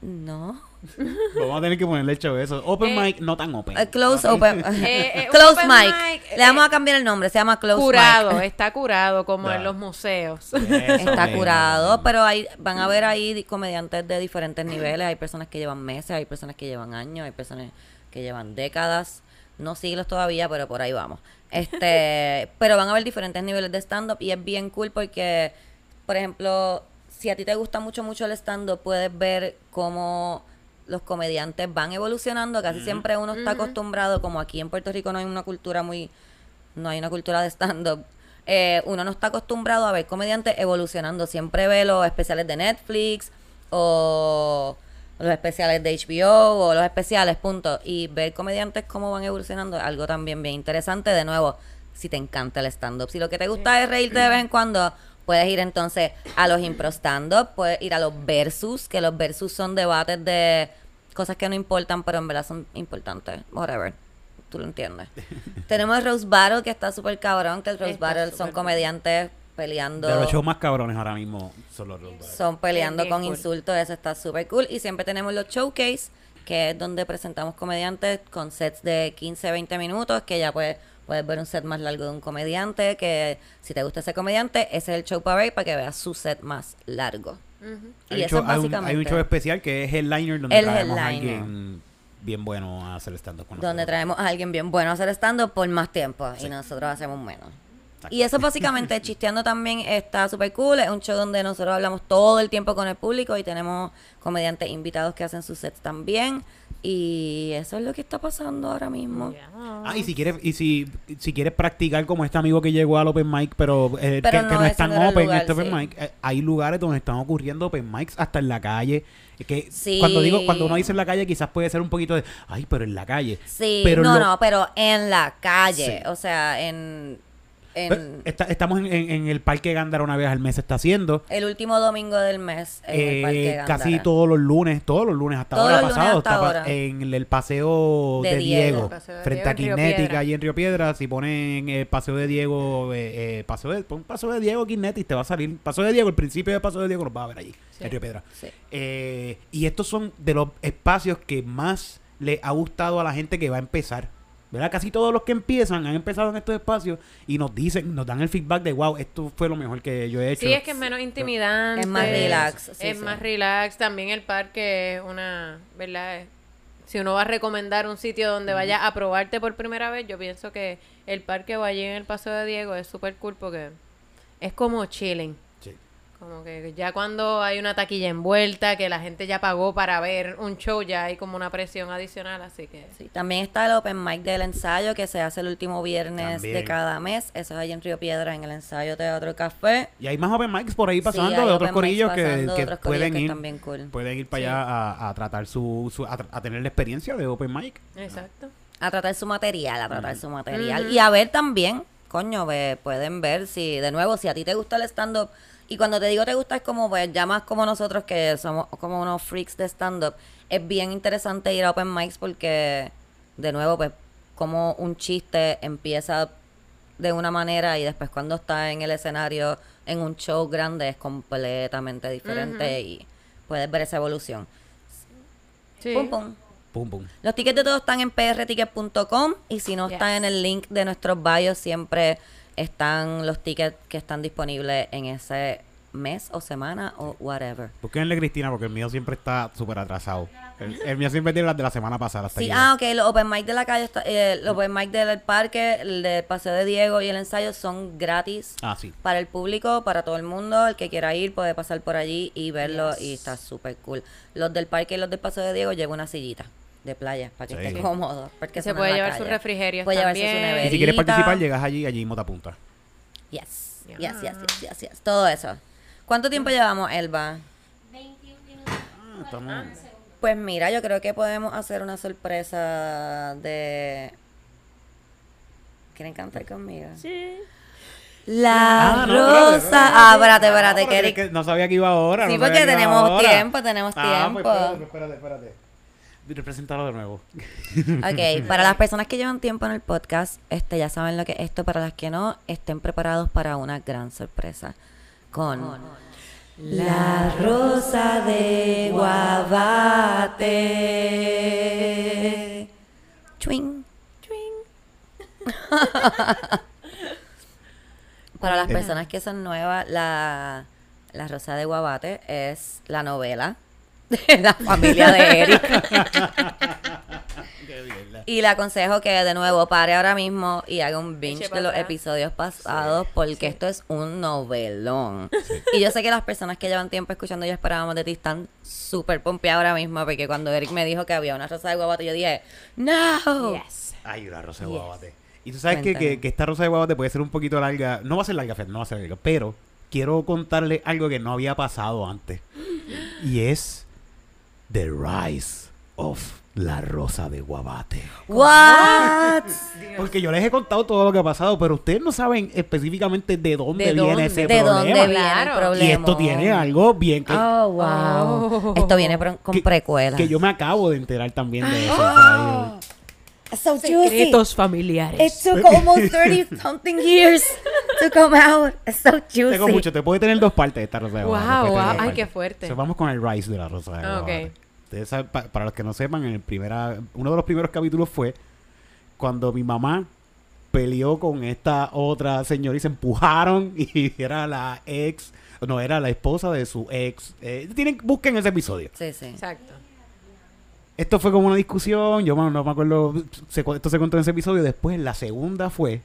Speaker 1: no.
Speaker 3: vamos a tener que ponerle hecho eso open
Speaker 2: Eh,
Speaker 3: mic no tan open
Speaker 1: Eh, close open.
Speaker 2: Eh, eh,
Speaker 1: close
Speaker 2: open
Speaker 1: mic.
Speaker 2: mic, eh,
Speaker 1: Le vamos a cambiar el nombre, se llama close
Speaker 2: curado,
Speaker 1: mic.
Speaker 2: está curado como en
Speaker 3: Claro.
Speaker 2: los museos.
Speaker 3: Eso,
Speaker 1: Está
Speaker 3: eh.
Speaker 1: curado, pero hay, van a ver ahí di- comediantes de diferentes niveles. Hay personas que llevan meses, hay personas que llevan años, hay personas que llevan décadas, no siglos todavía, pero por ahí vamos. Este, pero van a ver diferentes niveles de stand-up y es bien cool porque, por ejemplo, si a ti te gusta mucho, mucho el stand-up, puedes ver cómo los comediantes van evolucionando. Casi siempre uno está acostumbrado, como aquí en Puerto Rico no hay una cultura muy no hay una cultura de stand-up. Eh, uno no está acostumbrado a ver comediantes evolucionando. Siempre ve los especiales de Netflix o los especiales de HBO o los especiales, punto. Y ver comediantes cómo van evolucionando es algo también bien interesante. De nuevo, si te encanta el stand-up. Si lo que te gusta es reírte de vez en cuando, puedes ir entonces a los impro stand-up, puedes ir a los versus, que los versus son debates de cosas que no importan, pero en verdad son importantes. Whatever tú lo entiendes. Tenemos el Rose Battle, que está súper cabrón, que el Rose
Speaker 2: Está
Speaker 1: Battle
Speaker 2: súper
Speaker 1: son
Speaker 2: bueno.
Speaker 1: comediantes peleando.
Speaker 3: de los shows más cabrones ahora mismo son los Road Battle.
Speaker 1: Son peleando
Speaker 2: Bien, bien
Speaker 1: con
Speaker 2: cool.
Speaker 1: insultos, eso está súper cool. Y siempre tenemos los showcase, que es donde presentamos comediantes con sets de 15, 20 minutos, que ya puedes, puedes ver un set más largo de un comediante, que si te gusta ese comediante, ese es el show para ver, para que veas su set más largo. Y
Speaker 3: hay, un
Speaker 1: eso
Speaker 3: show-
Speaker 1: es
Speaker 3: hay un- hay un,
Speaker 1: básicamente
Speaker 3: show especial que es Headliner donde
Speaker 1: El
Speaker 3: traemos a
Speaker 1: Headliner.
Speaker 3: alguien bien bueno a hacer stand-up con
Speaker 1: donde
Speaker 3: nosotros.
Speaker 1: traemos a alguien bien bueno a hacer stand-up por más tiempo y nosotros hacemos menos.
Speaker 3: Exacto.
Speaker 1: Y eso básicamente, Chisteando también está súper cool. Es un show donde nosotros hablamos todo el tiempo con el público y tenemos comediantes invitados que hacen sus sets también. Y eso es lo que está pasando ahora mismo.
Speaker 3: Ah, y si quieres, y si, si quieres practicar como este amigo que llegó al open mic, pero, eh,
Speaker 1: Pero
Speaker 3: que,
Speaker 1: no,
Speaker 3: que no
Speaker 1: ese
Speaker 3: están
Speaker 1: no era el
Speaker 3: open,
Speaker 1: lugar,
Speaker 3: este open
Speaker 1: sí.
Speaker 3: mic, eh, hay lugares donde están ocurriendo open mics hasta en la calle. Es que
Speaker 1: Sí.
Speaker 3: cuando digo, cuando uno dice en la calle, quizás puede ser un poquito de, ay, pero en la calle.
Speaker 1: Sí,
Speaker 3: Pero
Speaker 1: no,
Speaker 3: lo-
Speaker 1: no, pero en la calle.
Speaker 3: Sí.
Speaker 1: O sea, en,
Speaker 3: pero eh,
Speaker 1: en
Speaker 3: está- estamos en, en- en el parque Gándara una vez al mes se está haciendo.
Speaker 1: el último domingo del mes en el
Speaker 3: Eh,
Speaker 1: Parque
Speaker 3: casi
Speaker 1: Gándara.
Speaker 3: todos los lunes, todos los lunes hasta
Speaker 1: Todos
Speaker 3: ahora
Speaker 1: los lunes
Speaker 3: pasado,
Speaker 1: hasta
Speaker 3: está pa-
Speaker 1: ahora.
Speaker 3: en el, el paseo
Speaker 1: De
Speaker 3: de,
Speaker 1: Diego.
Speaker 3: Diego,
Speaker 1: El
Speaker 2: paseo de
Speaker 3: frente
Speaker 2: Diego
Speaker 3: a
Speaker 2: en Río
Speaker 3: Kinetic
Speaker 2: Piedra.
Speaker 3: ahí en Río Piedra, si ponen el paseo de Diego, eh, eh, paseo de, pon paseo de Diego Kinetic, te va a salir paseo de Diego, el principio de paseo de Diego nos va a ver allí,
Speaker 2: Sí.
Speaker 3: en Río Piedra.
Speaker 1: Sí.
Speaker 3: Eh, y estos son de los espacios que más le ha gustado a la gente que va a empezar. ¿Verdad? Casi todos los que empiezan han empezado en estos espacios y nos dicen, nos dan el feedback de wow, esto fue lo mejor que yo he hecho.
Speaker 2: Sí, es que es menos intimidante.
Speaker 1: Es más relax, sí,
Speaker 2: es
Speaker 1: sí.
Speaker 2: más relax. También el parque es una, ¿verdad? Es- Si uno va a recomendar un sitio donde vaya a probarte por primera vez, yo pienso que el parque o allí en el Paseo de Diego es súper cool porque es como chilling.
Speaker 3: Sí.
Speaker 2: Como que ya cuando hay una taquilla envuelta, que la gente ya pagó para ver un show, ya hay como una presión adicional, así que...
Speaker 1: Sí, también está el open mic del ensayo que se hace el último viernes de
Speaker 3: También.
Speaker 1: cada mes. Eso es allá en Río Piedra, en el ensayo Teatro Café.
Speaker 3: Y hay más open mics por ahí pasando
Speaker 1: Sí, hay
Speaker 3: de
Speaker 1: open
Speaker 3: otros
Speaker 1: mics
Speaker 3: corillos que,
Speaker 1: pasando de
Speaker 3: que
Speaker 1: otros corillos
Speaker 3: pueden
Speaker 1: que
Speaker 3: ir.
Speaker 1: están bien cool.
Speaker 3: Pueden ir para allá a, a tratar su, su- a, tra- a tener la experiencia de open mic.
Speaker 2: Exacto.
Speaker 1: A tratar su material, a tratar su material. Y a ver también, coño, ve- pueden ver si, de nuevo, si a ti te gusta el stand-up. Y cuando te digo te gusta, es como, pues, ya más como nosotros que somos como unos freaks de stand-up. Es bien interesante ir a open mics porque, de nuevo, pues, como un chiste empieza de una manera y después cuando está en el escenario, en un show grande, es completamente diferente y puedes ver esa evolución.
Speaker 2: Sí.
Speaker 1: Pum, pum.
Speaker 3: Pum, pum.
Speaker 1: Los tickets de todos están en prticket.com y si no
Speaker 2: Yes.
Speaker 1: están en el link de nuestros bios, siempre están los tickets que están disponibles en ese mes o semana o whatever.
Speaker 3: Búsquenle Cristina porque el mío siempre está súper atrasado. El, el mío siempre tiene las de la semana pasada. hasta
Speaker 1: Sí,
Speaker 3: llegar.
Speaker 1: ah, ok, los open mic de la calle, está- eh, el open mic del parque, el del paseo de Diego y el ensayo son gratis
Speaker 3: Ah, sí.
Speaker 1: para el público, para todo el mundo. El que quiera ir puede pasar por allí y verlo y está súper cool. Los del parque y los del paseo de Diego llevan una sillita de playa para que
Speaker 3: Sí.
Speaker 1: esté cómodo. Porque
Speaker 2: Se
Speaker 1: eso no
Speaker 2: puede
Speaker 1: es la
Speaker 2: llevar sus
Speaker 1: calle.
Speaker 2: refrigerios
Speaker 1: Puede llevarse su
Speaker 2: también.
Speaker 1: neverita.
Speaker 3: Y si quieres participar, llegas allí y allí Mota Punta.
Speaker 1: Yes.
Speaker 2: Ya.
Speaker 1: Yes, yes, yes, yes, yes. Todo eso. ¿Cuánto tiempo llevamos, Elba?
Speaker 3: Ah, estamos...
Speaker 1: Pues mira, yo creo que podemos hacer una sorpresa de... ¿Quieren cantar conmigo? Sí. La
Speaker 3: Ah, no, espérate,
Speaker 1: rosa...
Speaker 3: espérate,
Speaker 1: ah, espérate,
Speaker 3: No,
Speaker 1: espérate,
Speaker 3: porque
Speaker 1: que-
Speaker 3: es que no sabía que iba ahora.
Speaker 1: Sí,
Speaker 3: no sabía
Speaker 1: porque
Speaker 3: que iba
Speaker 1: tenemos
Speaker 3: ahora.
Speaker 1: tiempo, tenemos
Speaker 3: Ah, pues
Speaker 1: tiempo.
Speaker 3: espérate, espérate, espérate. Represéntalo de nuevo.
Speaker 1: Ok, para las personas que llevan tiempo en el podcast, este ya saben lo que es esto. Para las que no, estén preparados para una gran sorpresa con La Rosa de Guabate. Chuing. Para las personas que son nuevas, la, la Rosa de Guabate es la novela de la familia de Eric. Y le aconsejo que de nuevo pare ahora mismo y haga un binge
Speaker 2: Eche
Speaker 1: de
Speaker 2: para
Speaker 1: los
Speaker 2: atrás.
Speaker 1: episodios pasados porque esto es un novelón. Y yo sé que las personas que llevan tiempo escuchando Yo Esperábamos de ti están súper pompeadas ahora mismo porque cuando Eric me dijo que había una rosa de guabate yo dije, ¡No!
Speaker 2: Yes.
Speaker 3: Ay, una rosa de guabate. Y tú sabes que,
Speaker 1: Cuéntame.
Speaker 3: que, que esta rosa de guabate puede ser un poquito larga. No va a ser larga, Fer, no va a ser larga. Pero quiero contarle algo que no había pasado antes. Y es The Rise of la Rosa de Guabate.
Speaker 1: ¿What?
Speaker 3: Porque yo les he contado todo lo que ha pasado, pero ustedes no saben específicamente de dónde
Speaker 2: ¿De
Speaker 3: viene
Speaker 2: dónde?
Speaker 3: ese
Speaker 1: ¿De
Speaker 3: problema.
Speaker 1: dónde viene el
Speaker 2: Claro.
Speaker 1: problema?
Speaker 3: Y esto tiene algo bien que,
Speaker 1: Oh, wow.
Speaker 2: Oh.
Speaker 1: Esto viene pro- con
Speaker 3: Que-
Speaker 1: precuela. Ah.
Speaker 3: que yo me acabo de enterar también de eso. o sea, yo-
Speaker 1: So juicy.
Speaker 2: familiares.
Speaker 1: It took almost 30 something years to come out. It's so juicy.
Speaker 3: Tengo mucho, te puede tener dos partes esta rosa de
Speaker 2: Wow,
Speaker 3: guabate, puede tener
Speaker 2: wow.
Speaker 3: dos
Speaker 2: Ay,
Speaker 3: partes.
Speaker 2: qué fuerte.
Speaker 3: So, vamos con el rise de la rosa de
Speaker 2: Ah, ok.
Speaker 3: guabate. Ustedes saben, pa- para los que no sepan, en el primera, uno de los primeros capítulos fue cuando mi mamá peleó con esta otra señora y se empujaron y era la ex, no, era la esposa de su ex. Eh, tienen, busquen ese episodio.
Speaker 1: Sí, sí.
Speaker 2: Exacto.
Speaker 3: Esto fue como una discusión, yo man, no me acuerdo, se cu- esto se contó en ese episodio. Después, la segunda fue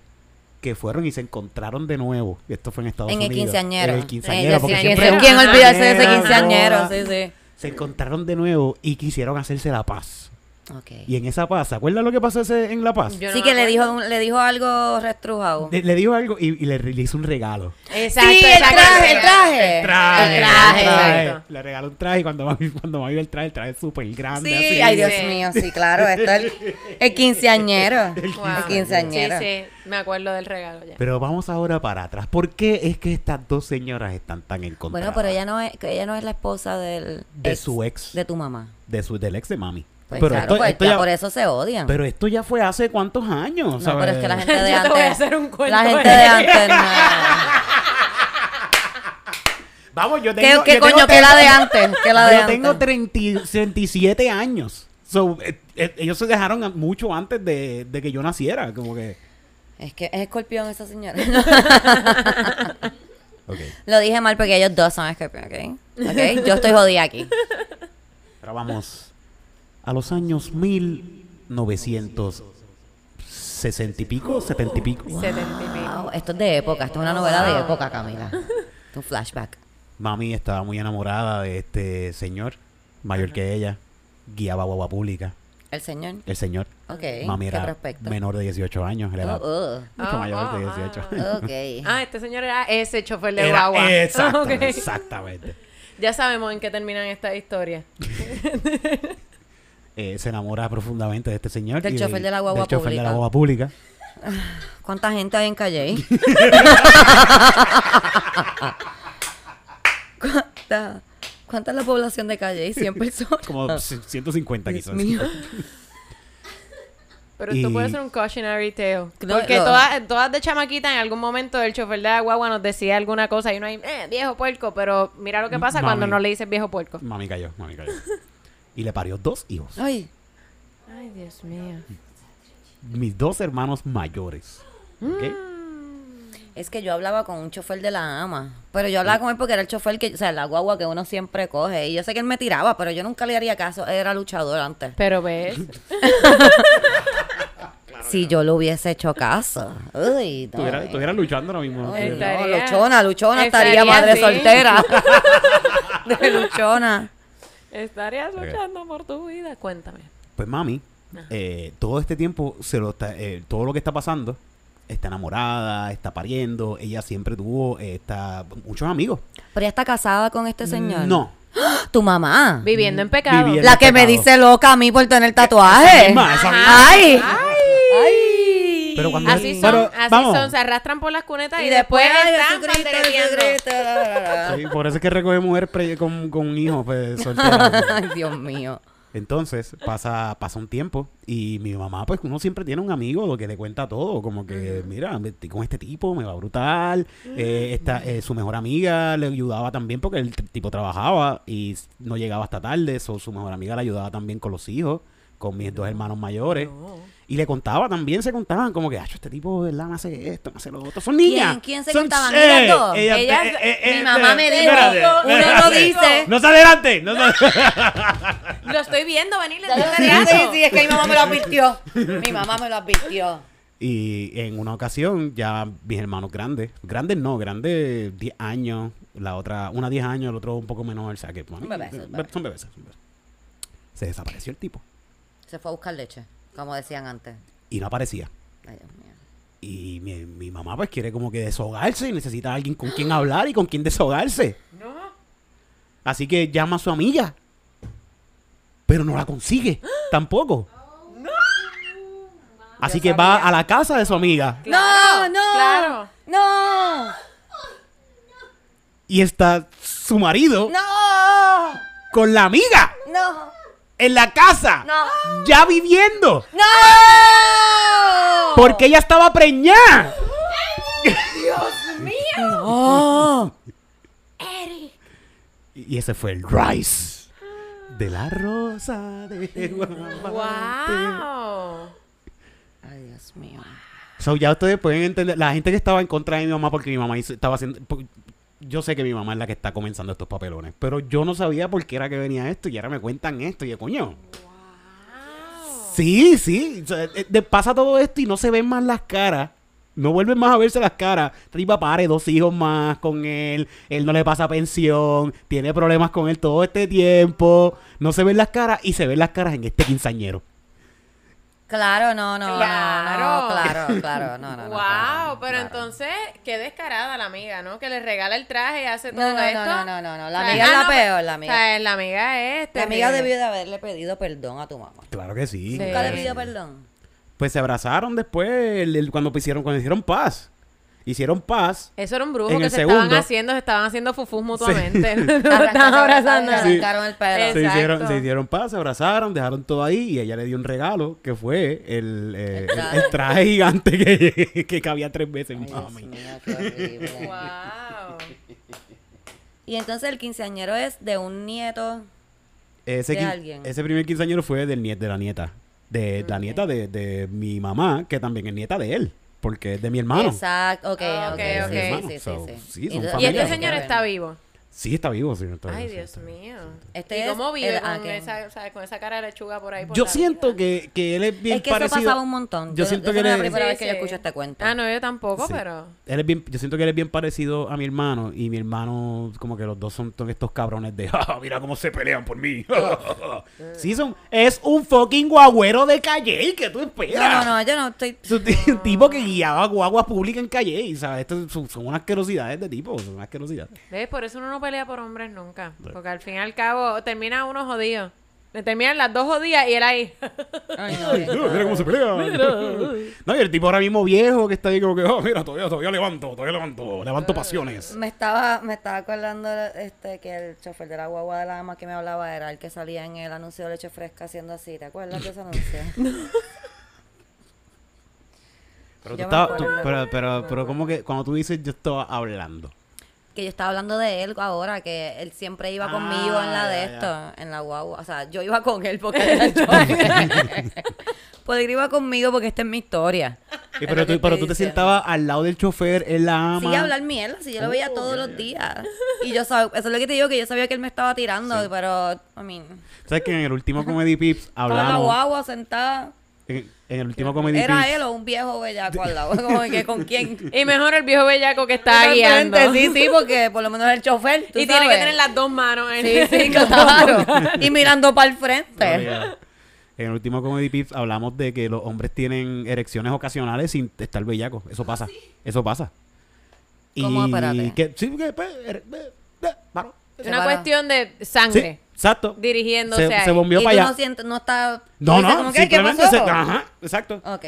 Speaker 3: que fueron y se encontraron de nuevo. Y Esto fue en Estados
Speaker 1: En el
Speaker 3: Unidos.
Speaker 1: quinceañero. Eh,
Speaker 3: En el quinceañero.
Speaker 2: el
Speaker 3: porque
Speaker 2: quinceañero.
Speaker 3: siempre-
Speaker 1: ¿Quién olvidarse de ese
Speaker 3: Era
Speaker 1: quinceañero?
Speaker 3: boda.
Speaker 1: Sí, sí.
Speaker 3: Se encontraron de nuevo y quisieron hacerse la paz.
Speaker 1: Ok.
Speaker 3: Y en esa paz, ¿se acuerdan lo que pasó ese- en la paz?
Speaker 2: Yo no
Speaker 1: sí
Speaker 2: me
Speaker 1: que le
Speaker 2: acuerdo.
Speaker 1: dijo, un- le dijo algo restrujado.
Speaker 3: Le, le dijo algo y, y le, re- le hizo un regalo.
Speaker 2: Exacto.
Speaker 1: sí, el
Speaker 2: exacto,
Speaker 1: traje, el
Speaker 2: exacto.
Speaker 1: traje.
Speaker 2: El traje,
Speaker 3: el traje.
Speaker 2: exacto.
Speaker 3: Le regaló un traje y cuando mami, cuando mami vio el traje, el traje súper grande.
Speaker 1: Sí,
Speaker 3: así.
Speaker 1: ay Dios
Speaker 2: Sí.
Speaker 1: mío, sí, claro, esto es el, el quinceañero.
Speaker 2: Wow.
Speaker 1: El quinceañero.
Speaker 2: Sí, sí. Me acuerdo del regalo ya.
Speaker 3: Pero vamos ahora para atrás. ¿Por qué es que estas dos señoras están tan
Speaker 1: Bueno,
Speaker 3: encontradas?
Speaker 1: pero ella no es, que ella no es la esposa del
Speaker 3: De su ex.
Speaker 1: de tu mamá.
Speaker 3: de su, del ex de mami.
Speaker 1: Pues
Speaker 3: pero,
Speaker 1: claro,
Speaker 3: esto,
Speaker 1: pues
Speaker 3: esto
Speaker 1: ya
Speaker 3: ya,
Speaker 1: por eso se odian.
Speaker 3: pero esto ya fue hace cuántos años.
Speaker 1: no,
Speaker 3: ¿sabes?
Speaker 1: pero es que la gente de
Speaker 2: Yo
Speaker 1: antes.
Speaker 2: te voy a hacer un cuento
Speaker 1: la gente
Speaker 2: de-
Speaker 1: de antes no.
Speaker 3: Vamos, yo
Speaker 1: ¿Qué,
Speaker 3: tengo.
Speaker 1: qué
Speaker 3: yo
Speaker 1: coño?
Speaker 3: tengo
Speaker 1: ¿Qué la de antes? ¿Qué la de
Speaker 3: Yo
Speaker 1: antes?
Speaker 3: tengo 30 y 37 años. So, eh, eh, ellos se dejaron a- mucho antes de, de que yo naciera. Como que.
Speaker 1: Es que es escorpión esa señora.
Speaker 3: Ok.
Speaker 1: Lo dije mal porque ellos dos son escorpión, ¿ok? ¿Ok? Yo estoy jodida aquí.
Speaker 3: Pero vamos. A los años 1960 y pico, 70 y pico.
Speaker 2: Setenta y pico.
Speaker 1: Wow, esto es de época, esto es una novela de época, Camila. Un flashback.
Speaker 3: Mami estaba muy enamorada de este señor, mayor que ella, guiaba guagua pública.
Speaker 1: El señor.
Speaker 3: El señor,
Speaker 1: Ok.
Speaker 3: mami
Speaker 1: ¿Qué
Speaker 3: era
Speaker 1: prospecto?
Speaker 3: menor de 18 años, era
Speaker 1: Oh, oh.
Speaker 3: mucho
Speaker 2: Oh,
Speaker 3: mayor de
Speaker 2: oh,
Speaker 3: 18
Speaker 2: ah.
Speaker 3: años.
Speaker 1: Ok.
Speaker 2: Ah, este señor era ese chofer de
Speaker 3: Era-
Speaker 2: guagua.
Speaker 3: exactamente,
Speaker 2: Ok.
Speaker 3: exactamente.
Speaker 2: Ya sabemos en qué terminan estas historias.
Speaker 3: Eh, se enamora profundamente de este señor.
Speaker 1: Del
Speaker 3: y
Speaker 1: chofer de la guagua
Speaker 3: del chofer de la
Speaker 1: pública.
Speaker 3: guagua pública.
Speaker 1: ¿Cuánta gente hay en Calle? ¿Cuánta, ¿Cuánta es la población de Calle? 100 personas.
Speaker 3: Como c- 150
Speaker 1: Dios
Speaker 3: quizás.
Speaker 1: mío.
Speaker 2: Pero esto
Speaker 3: Y-
Speaker 2: puede ser un cautionary tale.
Speaker 1: No,
Speaker 2: porque
Speaker 1: no.
Speaker 2: Todas, todas de chamaquita en algún momento el chofer de la guagua nos decía alguna cosa y uno ahí, eh, viejo puerco, pero mira lo que pasa
Speaker 3: Mami.
Speaker 2: cuando no le dices viejo puerco.
Speaker 3: Mami cayó, mami cayó. Y le parió dos hijos.
Speaker 1: Ay,
Speaker 2: Ay, Dios mío.
Speaker 3: Mis dos hermanos mayores. ¿ok?
Speaker 1: Ah. es que yo hablaba con un chofer de la ama. Pero yo hablaba con él porque era el chofer que, o sea, la guagua que uno siempre coge. Y yo sé que él me tiraba, pero yo nunca le haría caso. Era luchador antes.
Speaker 2: Pero ves,
Speaker 1: si yo le hubiese hecho caso. Uy, no.
Speaker 3: Estuviera, estuviera luchando ahora mismo.
Speaker 1: Ay,
Speaker 2: Esta-
Speaker 3: Estuviera-
Speaker 1: no,
Speaker 2: Estaría-
Speaker 1: luchona, luchona estaría,
Speaker 2: estaría
Speaker 1: madre
Speaker 2: así.
Speaker 1: soltera. de luchona.
Speaker 2: estarías
Speaker 3: Ok.
Speaker 2: luchando por tu vida. Cuéntame.
Speaker 3: Pues mami, eh, todo este tiempo, se lo está, eh, todo lo que está pasando, está enamorada, está pariendo. Ella siempre tuvo eh, está, muchos amigos.
Speaker 1: Pero ya está casada con este señor.
Speaker 3: No.
Speaker 1: Tu mamá.
Speaker 2: Viviendo en pecado.
Speaker 3: Viviendo-
Speaker 1: La que me
Speaker 3: pecado.
Speaker 1: dice loca a mí por tener tatuaje.
Speaker 3: misma, esa
Speaker 2: misma.
Speaker 1: Ay.
Speaker 2: ¡Ay!
Speaker 3: Pero cuando-
Speaker 2: así son,
Speaker 3: Pero,
Speaker 2: así
Speaker 3: vamos.
Speaker 2: son, se arrastran por las cunetas y, después,
Speaker 1: ay,
Speaker 2: están
Speaker 1: Jesucristo,
Speaker 2: pandereteando.
Speaker 1: Jesucristo, la, la, la.
Speaker 3: Sí, por eso es que recoge mujeres pre- con, con un hijo pues, soltera.
Speaker 1: Ay, Dios mío.
Speaker 3: Entonces pasa, pasa un tiempo y mi mamá, pues uno siempre tiene un amigo que le cuenta todo, como que, mira, me- estoy con este tipo me va brutal, eh, esta, eh, su mejor amiga le ayudaba también porque el t- tipo trabajaba y s- no llegaba hasta tarde, so, su mejor amiga le ayudaba también con los hijos, con mis dos hermanos mayores.
Speaker 1: Oh.
Speaker 3: Y le contaba también, se contaban como que, "Acho, este tipo, de ¿verdad? Me hace esto, me hace lo otro. Son niñas.
Speaker 1: ¿Quién? ¿Quién se
Speaker 3: son-
Speaker 1: contaban?
Speaker 3: eh,
Speaker 1: ¿Ellas dos?
Speaker 3: ellas-
Speaker 2: Ellas-
Speaker 3: eh, eh, eh,
Speaker 1: Mi mamá me dijo,
Speaker 3: espérate,
Speaker 1: uno lo
Speaker 3: espérate.
Speaker 1: dice.
Speaker 3: No se adelante, no se
Speaker 2: Lo estoy viendo venir desde
Speaker 1: Sí,
Speaker 2: hace rato.
Speaker 1: sí, sí, es que mi mamá me lo advirtió. Mi mamá me lo advirtió.
Speaker 3: Y en una ocasión, ya mis hermanos grandes, grandes no, grandes 10 años, la otra, una 10 años, el otro un poco menor, o sea que mami,
Speaker 1: bebés,
Speaker 3: son
Speaker 1: son bebés.
Speaker 3: son bebés, son bebés. Se desapareció el tipo
Speaker 1: Se fue a buscar leche, como decían antes.
Speaker 3: y no aparecía.
Speaker 1: Ay, Dios mío.
Speaker 3: Y mi, mi mamá pues quiere como que desahogarse y necesita a alguien con quien hablar y con quien desahogarse. Así que llama a su amiga, pero no la consigue tampoco. Así
Speaker 1: Yo
Speaker 3: que va
Speaker 1: sabía.
Speaker 3: a la casa de su amiga
Speaker 2: Claro,
Speaker 1: no, no.
Speaker 2: claro.
Speaker 1: No.
Speaker 3: y está su marido
Speaker 1: No.
Speaker 3: con la amiga.
Speaker 1: No.
Speaker 3: en la casa.
Speaker 1: No.
Speaker 3: Ya viviendo.
Speaker 1: No.
Speaker 3: Porque ella estaba preñada.
Speaker 1: No.
Speaker 3: Y y ese fue el Rice. De la rosa de Guadalupe.
Speaker 2: Wow.
Speaker 1: Ay, Dios mío.
Speaker 3: So, ya ustedes pueden entender. La gente que estaba en contra de mi mamá porque mi mamá hizo- estaba haciendo. po- Yo sé que mi mamá es la que está comenzando estos papelones. Pero yo no sabía por qué era que venía esto. Y ahora me cuentan esto. Y yo, coño. Sí, sí. O sea, eh, de- pasa todo esto y no se ven más las caras. No vuelven más a verse las caras. Riva pare, dos hijos más con él. Él no le pasa pensión. Tiene problemas con él todo este tiempo. No se ven las caras y se ven las caras en este quinceañero.
Speaker 1: Claro, no, no,
Speaker 2: Claro.
Speaker 1: no, no, claro, claro, no, no, no.
Speaker 2: wow,
Speaker 1: claro,
Speaker 2: pero
Speaker 1: claro.
Speaker 2: entonces, qué descarada la amiga, ¿no? Que le regala el traje y hace
Speaker 1: No,
Speaker 2: todo
Speaker 1: no, no,
Speaker 2: esto.
Speaker 1: no, no, no, no, la
Speaker 2: O sea, ah,
Speaker 1: amiga es la
Speaker 2: no,
Speaker 1: peor,
Speaker 2: pero-
Speaker 1: la amiga.
Speaker 2: o sea, este la amiga es
Speaker 1: La amiga
Speaker 2: terrible.
Speaker 1: debió de haberle pedido perdón a tu mamá.
Speaker 3: Claro que sí.
Speaker 2: Sí.
Speaker 1: Nunca le pidió perdón.
Speaker 3: Pues se abrazaron después el- el- cuando pues hicieron, cuando hicieron paz. Hicieron paz.
Speaker 2: Eso era un brujo
Speaker 3: En
Speaker 2: que
Speaker 3: el
Speaker 2: se
Speaker 3: segundo-
Speaker 2: estaban haciendo, se estaban haciendo fufú mutuamente.
Speaker 1: Arrancaron-
Speaker 2: estaban abrazando.
Speaker 1: Le arrancaron el pelo.
Speaker 2: Exacto.
Speaker 3: Se hicieron, se hicieron paz, se abrazaron, dejaron todo ahí y ella le dio un regalo que fue el, eh, el- el traje gigante que, que cabía tres veces.
Speaker 1: Ay, Dios
Speaker 3: mami.
Speaker 1: mío, qué horrible.
Speaker 2: Wow.
Speaker 1: Y entonces el quinceañero es de un nieto.
Speaker 3: Ese,
Speaker 1: de
Speaker 3: quin-
Speaker 1: alguien.
Speaker 3: ese primer quinceañero fue del nie- de la nieta. De la nieta de, de mi mamá, que también es nieta de él, porque es de mi hermano.
Speaker 1: Exacto, ok,
Speaker 2: Ah,
Speaker 1: ok,
Speaker 2: ok,
Speaker 1: sí,
Speaker 2: ok.
Speaker 1: sí, sí,
Speaker 3: So,
Speaker 1: sí,
Speaker 3: sí, son
Speaker 1: Entonces- este
Speaker 2: Y
Speaker 3: familia.
Speaker 2: este señor está vivo.
Speaker 3: Sí, está vivo, sí, no está
Speaker 2: Ay,
Speaker 3: vivo, sí,
Speaker 2: Dios
Speaker 3: está vivo.
Speaker 2: mío.
Speaker 1: Este
Speaker 2: ¿Y
Speaker 1: es
Speaker 2: cómo vive
Speaker 1: el
Speaker 2: con
Speaker 1: Aken.
Speaker 2: esa, o sea, con esa cara de lechuga por ahí? por
Speaker 3: Yo
Speaker 2: la
Speaker 3: siento
Speaker 2: vida?
Speaker 3: que, que él es bien
Speaker 1: Es que
Speaker 3: parecido.
Speaker 1: eso pasaba un montón.
Speaker 3: Yo
Speaker 1: Yo,
Speaker 3: siento
Speaker 1: yo
Speaker 3: que
Speaker 1: no es
Speaker 3: le-
Speaker 1: la primera
Speaker 2: Sí,
Speaker 1: vez que yo
Speaker 2: sí.
Speaker 1: escucho este cuento.
Speaker 2: Ah, no, yo tampoco,
Speaker 3: Sí.
Speaker 2: pero...
Speaker 3: Él es bien, yo siento que él es bien parecido a mi hermano y mi hermano como que los dos son, son estos cabrones de "Ah, mira cómo se pelean por mí. sí, son, es un fucking guagüero de calle que tú
Speaker 1: no, no,
Speaker 3: esperas.
Speaker 1: no, yo no estoy.
Speaker 3: Es un ti- un tipo que guiaba guaguas públicas en calle, ¿sabes? Esto son, son unas asquerosidades de tipo, son unas asquerosidades.
Speaker 2: ¿Ves? Por eso uno no pelea por hombres nunca. Porque al fin y al cabo termina uno jodido. Le terminan las dos jodidas y él ahí.
Speaker 1: Ay, no, yo-
Speaker 3: mira cómo se pelean. no, y el tipo ahora mismo viejo que está ahí como que, "Ah, mira, todavía, todavía levanto, todavía levanto, levanto pasiones.
Speaker 1: Me estaba, me estaba acordando este, que el chofer de la guagua de la ama que me hablaba era el que salía en el anuncio de leche fresca haciendo así. ¿Te acuerdas de ese anuncio?
Speaker 3: Pero, tú
Speaker 1: Yo me
Speaker 3: estabas-
Speaker 1: acuerdo.
Speaker 3: tú- pero, pero, pero como que cuando tú dices yo estaba hablando.
Speaker 1: que yo estaba hablando de él ahora, que él siempre iba
Speaker 3: Ah,
Speaker 1: conmigo en la de
Speaker 3: ya,
Speaker 1: esto, en la guagua. O sea, yo iba con él porque él era el chofer. Pues él iba conmigo porque esta es mi historia.
Speaker 3: Sí,
Speaker 1: Es
Speaker 3: pero
Speaker 1: lo que
Speaker 3: tú, pero tú
Speaker 1: estoy
Speaker 3: te
Speaker 1: diciendo.
Speaker 3: sentabas al lado del chofer, él la ama.
Speaker 1: Sí, hablar mierda, si yo lo veía
Speaker 3: Oh,
Speaker 1: todos
Speaker 3: ya,
Speaker 1: los días. Y yo sabía, eso es lo que te digo, que yo sabía que él me estaba tirando, pero, I mean,
Speaker 3: ¿Sabes que en el último Comedy Pips
Speaker 1: estaba en la
Speaker 3: hablamos?
Speaker 1: guagua sentada.
Speaker 3: En, en el último Comedy
Speaker 1: Era
Speaker 3: Pips.
Speaker 1: él o un viejo bellaco al lado, como que con quién.
Speaker 2: Y mejor el viejo bellaco que está guiando.
Speaker 1: Exactamente, Sí, sí, porque por lo menos el chofer, tú
Speaker 2: y tiene que
Speaker 1: sabes.
Speaker 2: tener las dos manos en
Speaker 1: Sí, sí, claro. y mirando para el frente.
Speaker 3: Obligado. En el último Comedy Pips hablamos de que los hombres tienen erecciones ocasionales sin estar bellacos. Eso pasa. Eso pasa.
Speaker 1: Ah, ¿Cómo? Espérate.
Speaker 3: que sí, que pues, er- eh, eh, varón.
Speaker 2: Es
Speaker 1: Se
Speaker 2: una
Speaker 1: para.
Speaker 2: cuestión de
Speaker 3: Sí,
Speaker 2: sangre
Speaker 3: exacto.
Speaker 2: dirigiéndose
Speaker 3: Se,
Speaker 2: ahí.
Speaker 3: se bombeó
Speaker 1: y
Speaker 3: para
Speaker 1: tú
Speaker 3: allá.
Speaker 1: no sientes, no está...
Speaker 3: No,
Speaker 1: dices
Speaker 3: no,
Speaker 1: como que, "Ay, ¿qué
Speaker 3: simplemente
Speaker 1: pasó?".
Speaker 3: se- ah. ajá, exacto.
Speaker 1: Ok.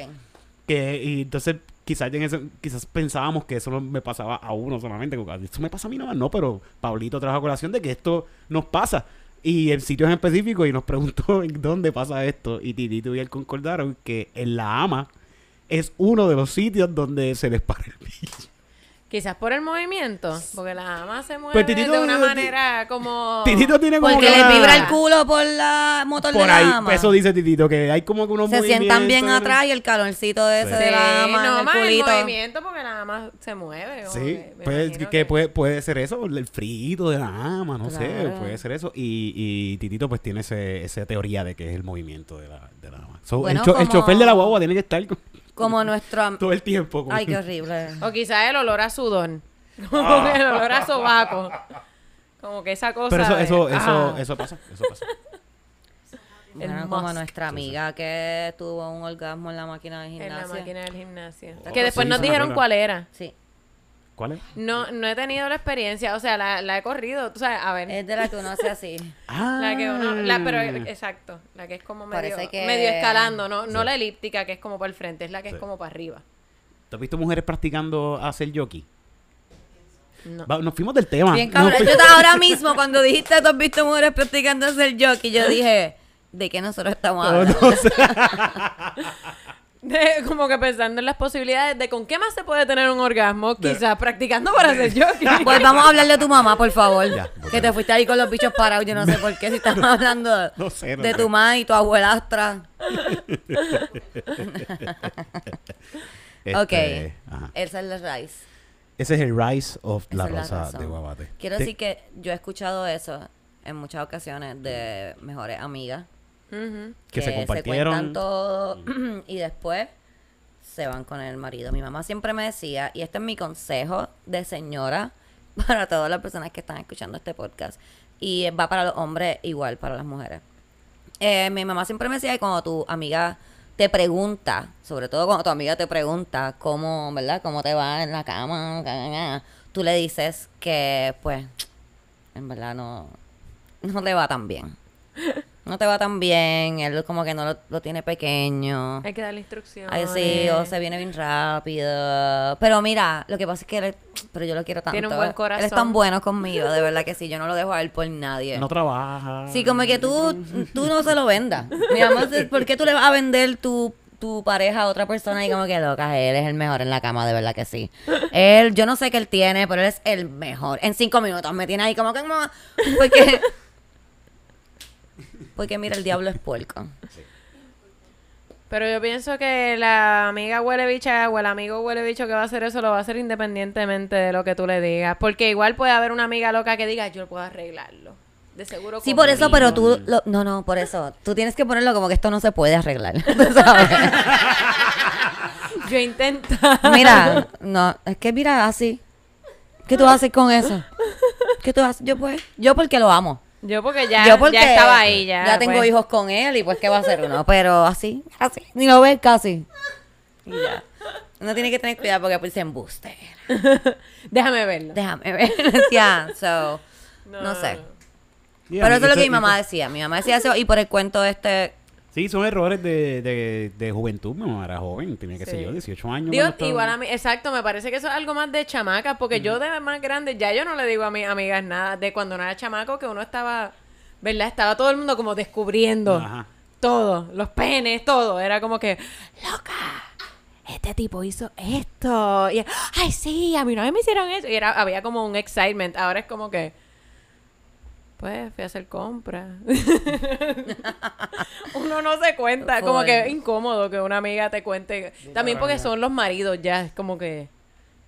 Speaker 3: Que, y entonces quizás en ese- quizás pensábamos que eso no me pasaba a uno solamente. como que, "Ah, Esto me pasa a mí nada más. No, pero Pablito trajo a colación de que esto nos pasa. Y el sitio es específico y nos preguntó en dónde pasa esto. Y Titito y él concordaron que en La Ama es uno de los sitios donde se les para el bicho.
Speaker 2: Quizás por el movimiento. Porque la dama se mueve
Speaker 3: Pues Titito-
Speaker 2: de una manera como...
Speaker 3: Titito tiene como
Speaker 1: Porque
Speaker 3: que
Speaker 1: le
Speaker 3: una-
Speaker 1: vibra el culo por la motor de
Speaker 3: Por
Speaker 1: la
Speaker 3: ahí,
Speaker 1: ama.
Speaker 3: eso dice Titito, que hay como que unos
Speaker 1: se sientan bien
Speaker 3: movimientos, ¿no?
Speaker 1: atrás y el calorcito ese
Speaker 3: Sí.
Speaker 1: de la ama en
Speaker 2: no,
Speaker 1: el
Speaker 2: más el
Speaker 1: culito.
Speaker 2: movimiento porque la dama se mueve. como
Speaker 3: Sí,
Speaker 2: que me
Speaker 3: pues, que,
Speaker 2: imagino
Speaker 3: Puede, puede ser eso, el frito de la ama, no sé,
Speaker 1: Claro.
Speaker 3: puede ser eso. Y, y Titito pues tiene ese, esa teoría de que es el movimiento de la, de la ama. So,
Speaker 1: Bueno,
Speaker 3: el, cho- el
Speaker 1: como-
Speaker 3: chofer de la guagua tiene que estar con-
Speaker 1: Como nuestro... am-
Speaker 3: todo el tiempo. con-
Speaker 1: Ay, qué horrible.
Speaker 2: O quizás el olor a sudor. Como que el olor a sobaco. Como que esa cosa.
Speaker 3: Ah. Pero eso,
Speaker 2: de-
Speaker 3: eso, eso,
Speaker 2: Ah.
Speaker 3: eso pasa, eso pasa.
Speaker 1: Bueno,
Speaker 2: El
Speaker 1: como
Speaker 2: Musk.
Speaker 1: nuestra amiga que tuvo un orgasmo en la máquina de
Speaker 2: En
Speaker 1: gimnasia.
Speaker 2: la máquina del gimnasio.
Speaker 3: Oh,
Speaker 2: que después
Speaker 3: sí,
Speaker 2: nos
Speaker 3: sí me
Speaker 2: dijeron
Speaker 3: acuerdo.
Speaker 2: cuál era.
Speaker 1: Sí.
Speaker 3: ¿Cuál es?
Speaker 2: No, no he tenido la experiencia, o sea, la, la he corrido, tú sabes, a ver.
Speaker 1: Es de la que uno hace así.
Speaker 3: Ah,
Speaker 2: La que uno, la, pero
Speaker 1: eh,
Speaker 2: exacto, la que es como medio,
Speaker 1: Parece que-
Speaker 2: medio escalando, no, no
Speaker 3: Sí.
Speaker 2: la elíptica que es como para el frente, es la que
Speaker 3: Sí.
Speaker 2: es como para arriba.
Speaker 3: ¿Tú has visto mujeres practicando hacer jockey?
Speaker 2: No.
Speaker 3: Va, nos fuimos del tema.
Speaker 1: Bien
Speaker 3: Nos
Speaker 1: cabrón.
Speaker 3: fui-
Speaker 1: Yo estaba ahora mismo cuando dijiste tú has visto mujeres practicando hacer jockey, yo dije, ¿de qué nosotros estamos
Speaker 3: No,
Speaker 1: hablando?
Speaker 3: no sé.
Speaker 2: De- como que pensando en las posibilidades de con qué más se puede tener un orgasmo, quizás practicando para hacer jockey.
Speaker 1: Pues vamos a hablar de tu mamá, por favor.
Speaker 3: Ya,
Speaker 1: que te fuiste ahí con los bichos parados. Yo no sé por qué. Si estamos hablando de,
Speaker 3: no sé, no
Speaker 1: de
Speaker 3: sé.
Speaker 1: tu mamá y tu abuelastra.
Speaker 3: Este,
Speaker 1: ok.
Speaker 3: ajá.
Speaker 1: Esa es la raíz.
Speaker 3: Ese es el rise of
Speaker 1: Esa
Speaker 3: la
Speaker 1: es la
Speaker 3: rosa
Speaker 1: razón.
Speaker 3: de Guabate.
Speaker 1: Quiero
Speaker 3: Te-
Speaker 1: decir que yo he escuchado eso en muchas ocasiones de mejores amigas.
Speaker 2: Ujú.
Speaker 3: que se
Speaker 1: cuentan
Speaker 3: compartieron.
Speaker 1: todo y después se van con el marido. Mi mamá siempre me decía, y este es mi consejo de señora para todas las personas que están escuchando este podcast, y va para los hombres igual, para las mujeres. Eh, mi mamá siempre me decía que cuando tu amiga te pregunta, sobre todo cuando tu amiga te pregunta cómo, ¿verdad? Cómo te va en la cama, ca, ca, ca, tú le dices que, pues, en verdad no, no te va tan bien. No te va tan bien, él como que no lo, lo tiene pequeño.
Speaker 2: Hay que darle instrucciones.
Speaker 1: Ay,
Speaker 2: eh.
Speaker 1: sí, o se viene bien rápido. Pero mira, lo que pasa es que él, es- pero yo lo quiero tanto.
Speaker 2: Tiene un buen
Speaker 1: Él es tan
Speaker 2: corazón.
Speaker 1: bueno conmigo, de verdad que sí, yo no lo dejo a él por nadie.
Speaker 3: No trabaja.
Speaker 1: Sí, como que tú, tú no se lo vendas. Mi amor, ¿por qué tú le vas a vender tu, tu pareja a otra persona? Y como que loca, él es el mejor en la cama, de verdad que sí. Él, yo no sé qué él tiene, pero él es el mejor. En cinco minutos me tiene ahí como que... "Mua", Porque, porque mira, el diablo es puerco.
Speaker 2: Pero yo pienso que la amiga huele bicha o el amigo huele bicho que va a hacer eso lo va a hacer independientemente de lo que tú le digas. Porque igual puede haber una amiga loca que diga, yo puedo arreglarlo. De seguro.
Speaker 1: Sí, por eso,
Speaker 2: conmigo".
Speaker 1: pero tú... lo- no, no, por eso. Tú tienes que ponerlo como que esto no se puede arreglar. ¿tú sabes?
Speaker 2: Yo intentaba.
Speaker 1: Mira, no, es que mira así. ¿Qué tú haces con eso? ¿Qué tú haces? Yo pues, yo porque lo amo.
Speaker 2: Yo porque ya,
Speaker 1: yo porque
Speaker 2: ya estaba ahí, ya.
Speaker 1: Ya tengo
Speaker 2: pues.
Speaker 1: hijos con él y pues qué va a hacer uno, pero así, así, ni lo ves casi. Y ya. Uno tiene que tener cuidado porque pues se embuste.
Speaker 2: Déjame verlo.
Speaker 1: Déjame ver. decía, so, no, sé.
Speaker 3: Yeah,
Speaker 1: pero eso es lo que mi
Speaker 3: y-
Speaker 1: mamá decía. Mi mamá decía eso y por el cuento este
Speaker 3: Sí, son errores de, de, de juventud. Mi mamá era joven, tenía, que sé
Speaker 2: Sí.
Speaker 3: yo, 18 años.
Speaker 2: Digo,
Speaker 3: cuando estaba-
Speaker 2: igual a mí, exacto, me parece que eso es algo más de chamaca, porque yo de más grande, ya yo no le digo a mis amigas nada, de cuando no era chamaco, que uno estaba, ¿verdad? Estaba todo el mundo como descubriendo
Speaker 3: Ajá.
Speaker 2: todo, los penes, todo, era como que, loca, este tipo hizo esto, y ay sí, a mí no me hicieron eso, y era, había como un excitement, ahora es como que, pues fui a hacer compras. Uno no se cuenta, como que es
Speaker 1: Full.
Speaker 2: incómodo que una amiga te cuente. También porque son los maridos ya, es como que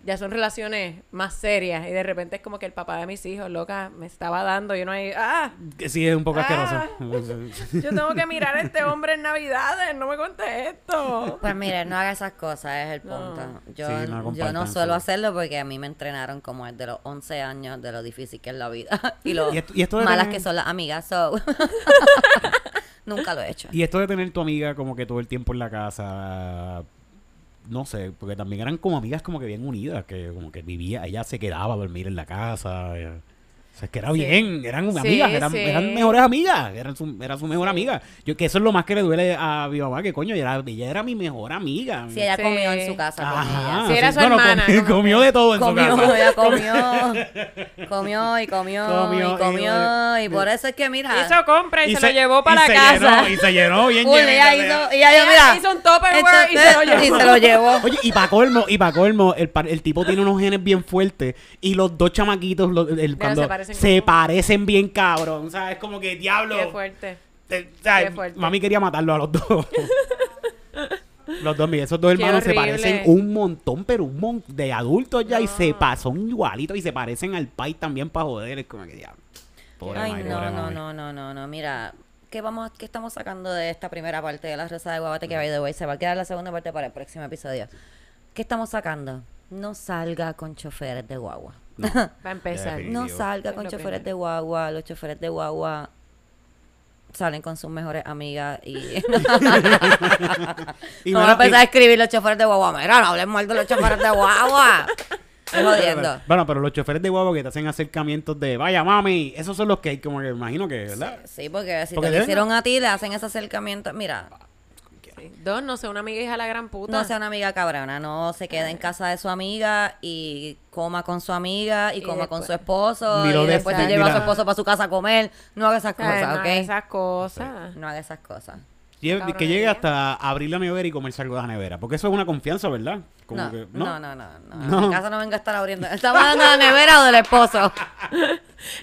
Speaker 2: ya son relaciones más serias y de repente es como que el papá de mis hijos, loca, me estaba dando y uno ahí, ah,
Speaker 3: Que Sí, es un poco
Speaker 2: Ah.
Speaker 3: asqueroso.
Speaker 2: yo tengo que mirar a este hombre en Navidades, no me cuentes esto.
Speaker 1: Pues mire, no haga esas cosas, es el punto. Yo,
Speaker 3: Sí, no
Speaker 1: no yo no
Speaker 3: compartan,
Speaker 1: suelo
Speaker 3: sí.
Speaker 1: hacerlo porque a mí me entrenaron como desde los 11 años de lo difícil que es la vida y lo
Speaker 3: Y esto- y esto de
Speaker 1: malas
Speaker 3: tener-
Speaker 1: que son las amigas. So. Nunca lo he hecho.
Speaker 3: Y esto de tener tu amiga como que todo el tiempo en la casa, no sé, porque también eran como amigas como que bien unidas, que como que vivía, ella se quedaba a dormir en la casa. eh. O sea, es que era bien, eran
Speaker 2: Sí,
Speaker 3: amigas, eran,
Speaker 2: sí.
Speaker 3: eran mejores amigas, eran su, era su mejor amiga. Yo que eso es lo más que le duele a mi mamá, que coño, ella era, ella era mi mejor amiga.
Speaker 1: Si ella
Speaker 2: Sí.
Speaker 1: comió en su casa con
Speaker 3: Ajá,
Speaker 1: ella.
Speaker 2: Sí, era su
Speaker 3: Bueno,
Speaker 2: hermana,
Speaker 3: comió,
Speaker 2: como que-
Speaker 3: comió de todo en su
Speaker 1: Comió,
Speaker 3: casa.
Speaker 1: ella comió, comió y comió,
Speaker 3: Comió
Speaker 1: y
Speaker 3: y-
Speaker 1: comió y por eso es que mira,
Speaker 2: Hizo compra y, se, lo
Speaker 3: se-
Speaker 2: llevó para la
Speaker 3: y se
Speaker 2: casa.
Speaker 3: llenó, y se llenó bien
Speaker 1: Full,
Speaker 3: llena,
Speaker 1: ella
Speaker 3: o sea.
Speaker 1: hizo, ella, yo,
Speaker 2: Ella
Speaker 1: mira,
Speaker 2: hizo un Tupperware y se
Speaker 1: entonces-
Speaker 2: lo llevó.
Speaker 1: y se lo llevó.
Speaker 3: Oye, y para colmo, y para colmo, el, par- el tipo tiene unos genes bien fuertes y los dos chamaquitos lo- el- cuando se
Speaker 2: se
Speaker 3: parecen,
Speaker 2: parecen como-
Speaker 3: bien cabrón, o sea, es como que diablo.
Speaker 2: Qué fuerte.
Speaker 3: te- o sea,
Speaker 2: qué fuerte.
Speaker 3: mami quería matarlo a los dos. los dos, mira, esos dos
Speaker 2: Qué
Speaker 3: hermanos se
Speaker 2: horrible.
Speaker 3: parecen un montón, pero un montón de adultos ya y se pa- son igualitos y se parecen al pai también para joder, es como que diablo. Pobre
Speaker 1: Ay,
Speaker 3: mami,
Speaker 1: no,
Speaker 3: pobre
Speaker 1: no,
Speaker 3: mami.
Speaker 1: no, no, no, no, mira, ¿qué, vamos, a- ¿qué estamos sacando de esta primera parte de la Rosa de Guabate que, by the way, se va a quedar la segunda parte para el próximo episodio? ¿Qué estamos sacando? No salga con choferes de guagua.
Speaker 2: Para empezar.
Speaker 3: Ya,
Speaker 1: No
Speaker 3: Definitivo.
Speaker 1: salga
Speaker 2: Es
Speaker 1: con
Speaker 2: lo
Speaker 1: choferes
Speaker 2: primero.
Speaker 1: de guagua, los choferes de guagua salen con sus mejores amigas y
Speaker 3: Y
Speaker 1: no
Speaker 3: menos-
Speaker 1: van
Speaker 2: pues,
Speaker 1: a empezar
Speaker 3: y-
Speaker 1: a escribir los choferes de guagua. Mira, no hablen mal de los choferes de guagua. Estoy jodiendo.
Speaker 3: Bueno, pero los choferes de guagua que te hacen acercamientos de vaya mami, esos son los que hay como que me imagino que, ¿verdad?
Speaker 1: Sí, porque si
Speaker 3: Porque
Speaker 1: te lo
Speaker 3: deben-
Speaker 1: hicieron a ti, le hacen ese acercamiento. Mira,
Speaker 2: Sí. Dos, no sé, una amiga hija de la gran puta.
Speaker 1: no sea una amiga cabrona, no se quede en casa de su amiga y coma con su amiga y,
Speaker 2: Y
Speaker 1: coma con
Speaker 2: después-
Speaker 1: su esposo
Speaker 3: Ni lo
Speaker 1: y
Speaker 3: des-
Speaker 1: después se
Speaker 2: ni
Speaker 1: lleva a su
Speaker 3: la-
Speaker 1: esposo para su casa a comer. No haga esas
Speaker 2: O sea,
Speaker 1: cosas,
Speaker 2: no,
Speaker 1: ¿ok?
Speaker 2: Esas cosas.
Speaker 1: No haga esas cosas.
Speaker 3: Lle- que
Speaker 2: Cabronería.
Speaker 3: llegue hasta abrir la nevera y comerse algo de la nevera. Porque eso es una confianza, ¿verdad? Como
Speaker 1: No,
Speaker 3: que-
Speaker 1: no, no, no, no. En
Speaker 3: No.
Speaker 1: mi casa no venga a estar abriendo. ¿Estamos hablando de la nevera o del esposo?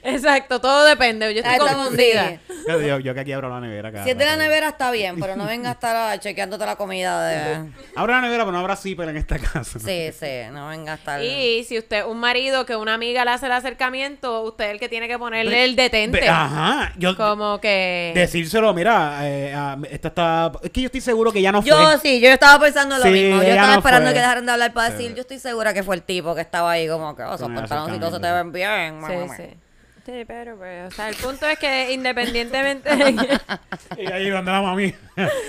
Speaker 2: Exacto, todo depende. Yo
Speaker 1: Ah,
Speaker 2: estoy
Speaker 1: estamos-
Speaker 2: confundida.
Speaker 1: sí.
Speaker 3: Yo, yo- yo que aquí abro la nevera. cada
Speaker 1: Si es de la
Speaker 3: rato.
Speaker 1: nevera está bien, pero no venga a estar ah, chequeándote la comida de...
Speaker 3: Abro la nevera, pero no habrá zipper en esta casa.
Speaker 1: Sí, sí, no venga a estar...
Speaker 2: Y si usted, un marido que una amiga le hace el acercamiento, usted es el que tiene que ponerle el detente.
Speaker 3: Ve- Ajá. Yo,
Speaker 2: Como que.
Speaker 3: decírselo, mira, eh, ah, esta está. Es que yo estoy seguro que ya no fue.
Speaker 1: Yo sí, yo estaba pensando lo
Speaker 3: Sí,
Speaker 1: mismo. Yo
Speaker 3: ella
Speaker 1: estaba
Speaker 3: no
Speaker 1: esperando
Speaker 3: fue.
Speaker 1: que dejaran de hablar para
Speaker 3: Sí.
Speaker 1: decir, yo estoy segura que fue el tipo que estaba ahí como que, oh, esos
Speaker 3: Sí,
Speaker 1: pantaloncitos se te ven
Speaker 3: exactamente.
Speaker 1: bien.
Speaker 2: Sí,
Speaker 1: mamá".
Speaker 2: sí. Sí, pero, pero, o sea, el punto es que independientemente de que-
Speaker 3: Y ahí donde la mami.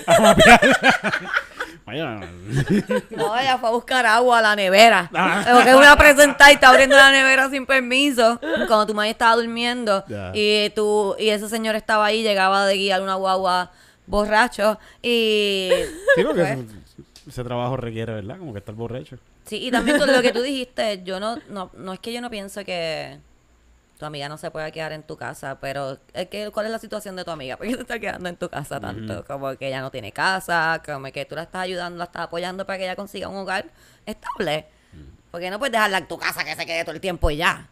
Speaker 3: a mapear. Vaya.
Speaker 1: No, ella fue a buscar agua a la nevera.
Speaker 3: Ah.
Speaker 1: Porque una presentada y está abriendo la nevera sin permiso. Cuando tu madre estaba durmiendo
Speaker 3: Ya.
Speaker 1: y tú, y ese señor estaba ahí, llegaba de guiar una guagua borracho y
Speaker 3: Sí, porque
Speaker 1: Pues.
Speaker 3: ese- ese trabajo requiere, ¿verdad? Como que estar borracho.
Speaker 1: Sí, y también tú- lo que tú dijiste, yo no, no, no es que yo no pienso que tu amiga no se pueda quedar en tu casa, pero es que, ¿cuál es la situación de tu amiga? ¿Por qué se está quedando en tu casa tanto? Como que ella no tiene casa, como que tú la estás ayudando, la estás apoyando para que ella consiga un hogar estable.
Speaker 4: Mm.
Speaker 1: Porque no puedes dejarla en tu casa que se quede todo el tiempo y ya.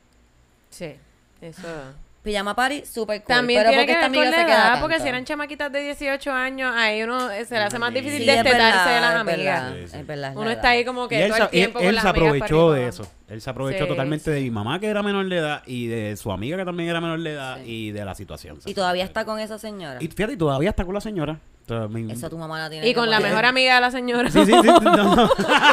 Speaker 2: Sí, eso.
Speaker 1: Pijama Party, súper cool.
Speaker 2: También
Speaker 1: pero
Speaker 2: tiene
Speaker 1: porque
Speaker 2: que
Speaker 1: esta
Speaker 2: ver con
Speaker 1: amiga
Speaker 2: la
Speaker 1: se queda
Speaker 2: edad,
Speaker 1: tanto.
Speaker 2: porque si eran chamaquitas de 18 años, ahí uno eh, se le hace más difícil
Speaker 1: Sí, es
Speaker 2: destetarse
Speaker 1: verdad,
Speaker 2: de las
Speaker 1: es
Speaker 2: amigas.
Speaker 1: verdad,
Speaker 4: Sí, sí.
Speaker 1: es verdad, es
Speaker 2: Uno
Speaker 1: la
Speaker 2: está
Speaker 1: edad.
Speaker 2: ahí como
Speaker 3: Y
Speaker 2: que
Speaker 3: él,
Speaker 2: todo
Speaker 3: sa-
Speaker 2: el tiempo
Speaker 3: él-
Speaker 2: con
Speaker 3: él
Speaker 2: las
Speaker 3: se
Speaker 2: amigas para
Speaker 3: aprovechó
Speaker 2: arriba y
Speaker 3: de
Speaker 2: para
Speaker 3: eso. Él se aprovechó
Speaker 2: Sí,
Speaker 3: totalmente de mi mamá, que era menor de edad, y de su amiga, que también era menor de edad, y de la situación.
Speaker 1: Y todavía está con esa señora.
Speaker 3: Y fíjate, y todavía está con la señora. O sea, me-
Speaker 1: Eso tu mamá la
Speaker 2: abajo.
Speaker 1: tiene.
Speaker 2: Y
Speaker 1: que
Speaker 2: con la
Speaker 1: poner.
Speaker 2: mejor amiga de la señora.
Speaker 3: Sí, sí, sí. no.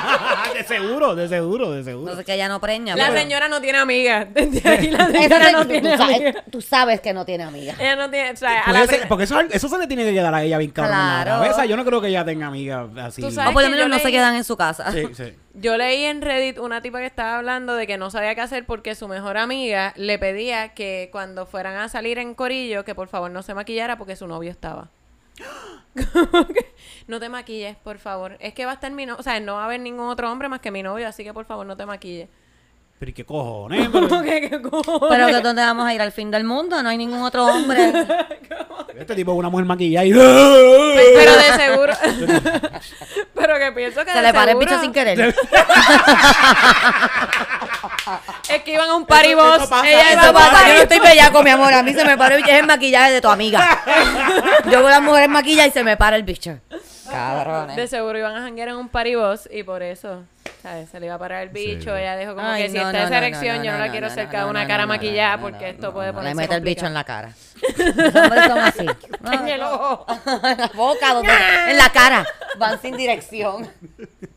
Speaker 3: de seguro, de seguro, de seguro.
Speaker 1: No sé que ella no preña.
Speaker 2: La
Speaker 1: pero-
Speaker 2: señora no tiene amigas. Desde ahí la
Speaker 5: Esa
Speaker 2: señora
Speaker 5: se-
Speaker 2: no
Speaker 5: tú
Speaker 2: tiene
Speaker 5: sabes-
Speaker 2: amigas.
Speaker 5: Tú sabes que no tiene amiga.
Speaker 2: Ella no tiene, o sea, a
Speaker 3: Puede
Speaker 2: la
Speaker 3: ser-
Speaker 2: pri-
Speaker 3: porque eso, es al- eso se le tiene que quedar a ella bien cabrón en la
Speaker 1: Claro.
Speaker 3: cabeza. Yo no creo que ella tenga amigas así.
Speaker 2: Tú
Speaker 1: O
Speaker 2: sabes-
Speaker 1: por lo
Speaker 2: que
Speaker 1: menos
Speaker 2: yo
Speaker 1: no se
Speaker 2: leí-
Speaker 1: quedan en su casa.
Speaker 3: Sí, sí.
Speaker 2: Yo leí en Reddit una tipa que estaba hablando de que no sabía qué hacer porque su mejor amiga le pedía que cuando fueran a salir en corillo que por favor no se maquillara porque su novio estaba. Como que, no te maquilles, por favor. Es que va a estar mi novio, o sea, no va a haber ningún otro hombre más que mi novio, así que por favor no te maquilles.
Speaker 3: Pero ¿y qué cojones?
Speaker 2: Como que, ¿qué cojones?
Speaker 1: Pero que dónde vamos a ir al fin del mundo, no hay ningún otro hombre.
Speaker 3: este tipo es una mujer maquillada y... ¡Ah!
Speaker 2: Pero de seguro. Pero que pienso que
Speaker 1: Se
Speaker 2: de
Speaker 1: le para el
Speaker 2: seguro
Speaker 1: bicho sin querer.
Speaker 2: Es que iban a un party
Speaker 3: Eso- eso
Speaker 2: boss.
Speaker 3: pasa,
Speaker 2: Ella
Speaker 3: eso
Speaker 2: iba a un
Speaker 3: pasa.
Speaker 2: party-
Speaker 1: yo no estoy bellaco, mi amor. A mí se me para el bicho. Es el maquillaje de tu amiga. Yo veo a las mujeres maquilladas y se me para el bicho. Cabrones.
Speaker 2: De seguro iban a janguear en un party boss y por eso, ¿sabes? Se le iba a parar el bicho.
Speaker 4: Sí.
Speaker 2: Ella dijo como
Speaker 1: Ay,
Speaker 2: que si
Speaker 1: no,
Speaker 2: está
Speaker 1: no,
Speaker 2: esa
Speaker 1: no, no,
Speaker 2: erección,
Speaker 1: no,
Speaker 2: yo no,
Speaker 1: no,
Speaker 2: la
Speaker 1: no,
Speaker 2: quiero
Speaker 1: no,
Speaker 2: cerca de
Speaker 1: no,
Speaker 2: una
Speaker 1: no,
Speaker 2: cara
Speaker 1: no, no,
Speaker 2: maquillada
Speaker 1: no,
Speaker 2: porque
Speaker 1: no,
Speaker 2: esto
Speaker 1: no,
Speaker 2: puede
Speaker 1: no,
Speaker 2: ponerse
Speaker 1: Le mete el bicho
Speaker 2: complicado.
Speaker 1: en la cara. Los hombres son así. No,
Speaker 2: En el ojo.
Speaker 1: en la boca, donde- en la cara. Van sin dirección.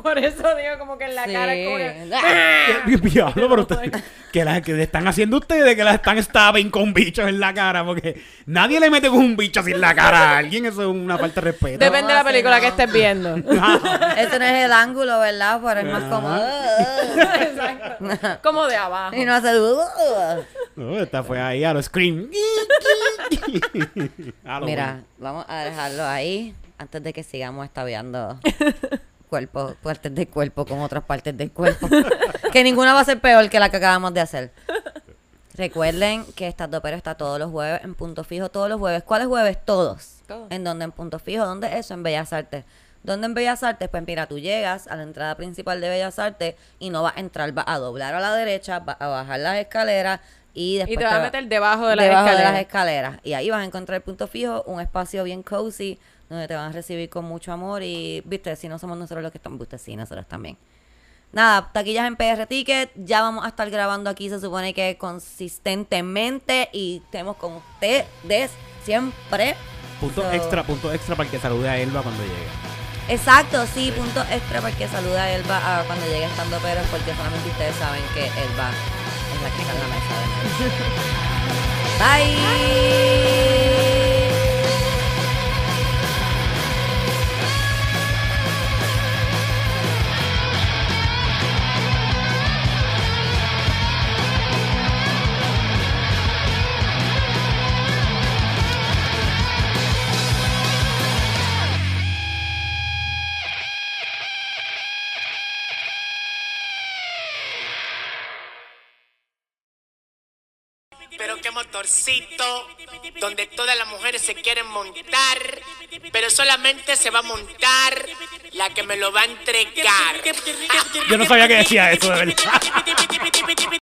Speaker 2: Por eso digo como que en la cara es como que- ¡Ah!
Speaker 3: Diablo, pero usted- que las que le están haciendo ustedes, que las están stabbing con bichos en la cara, porque nadie le mete con un bicho así en la cara a alguien, eso es una falta de respeto. Ah,
Speaker 1: De-
Speaker 2: Depende de la
Speaker 1: así
Speaker 2: película
Speaker 1: no.
Speaker 2: que estés viendo.
Speaker 1: Ese no es el ángulo, ¿verdad? Pero es más como.
Speaker 2: Exacto. Como de abajo.
Speaker 1: Y no hace.
Speaker 3: No, esta fue ahí a los scream. A lo
Speaker 1: Mira,
Speaker 3: bueno.
Speaker 1: vamos a dejarlo ahí antes de que sigamos estaviando cuerpo, partes del cuerpo con otras partes del cuerpo. que ninguna va a ser peor que la que acabamos de hacer. Recuerden que Estando Pero está todos los jueves en Punto Fijo, todos los jueves. ¿Cuáles jueves? Todos.
Speaker 2: Todos.
Speaker 1: ¿En dónde? En Punto Fijo. ¿Dónde es eso? En Bellas Artes. ¿Dónde en Bellas Artes? Pues mira, tú llegas a la entrada principal de Bellas Artes y no vas a entrar, vas a doblar a la derecha, vas a bajar las escaleras y después
Speaker 2: Y te vas a
Speaker 1: va-
Speaker 2: meter debajo de las
Speaker 1: debajo
Speaker 2: escaleras.
Speaker 1: las escaleras. Y ahí vas a encontrar el punto fijo, un espacio bien cozy, donde te van a recibir con mucho amor. Y, viste, si no somos nosotros los que estamos, viste, sí, nosotros también. Nada, taquillas en PR Ticket. Ya vamos a estar grabando aquí, se supone que consistentemente. Y estemos con ustedes siempre.
Speaker 3: Punto
Speaker 1: So-
Speaker 3: extra, punto extra para que salude a Elba cuando llegue.
Speaker 1: Exacto, sí, punto extra porque saluda a Elba ah, cuando llegue estando pero porque solamente ustedes saben que Elba es la que está en la mesa. de noche. Bye.
Speaker 6: Pero qué motorcito, donde todas las mujeres se quieren montar, pero solamente se va a montar la que me lo va a entregar.
Speaker 3: Yo no sabía que decía eso, de verdad.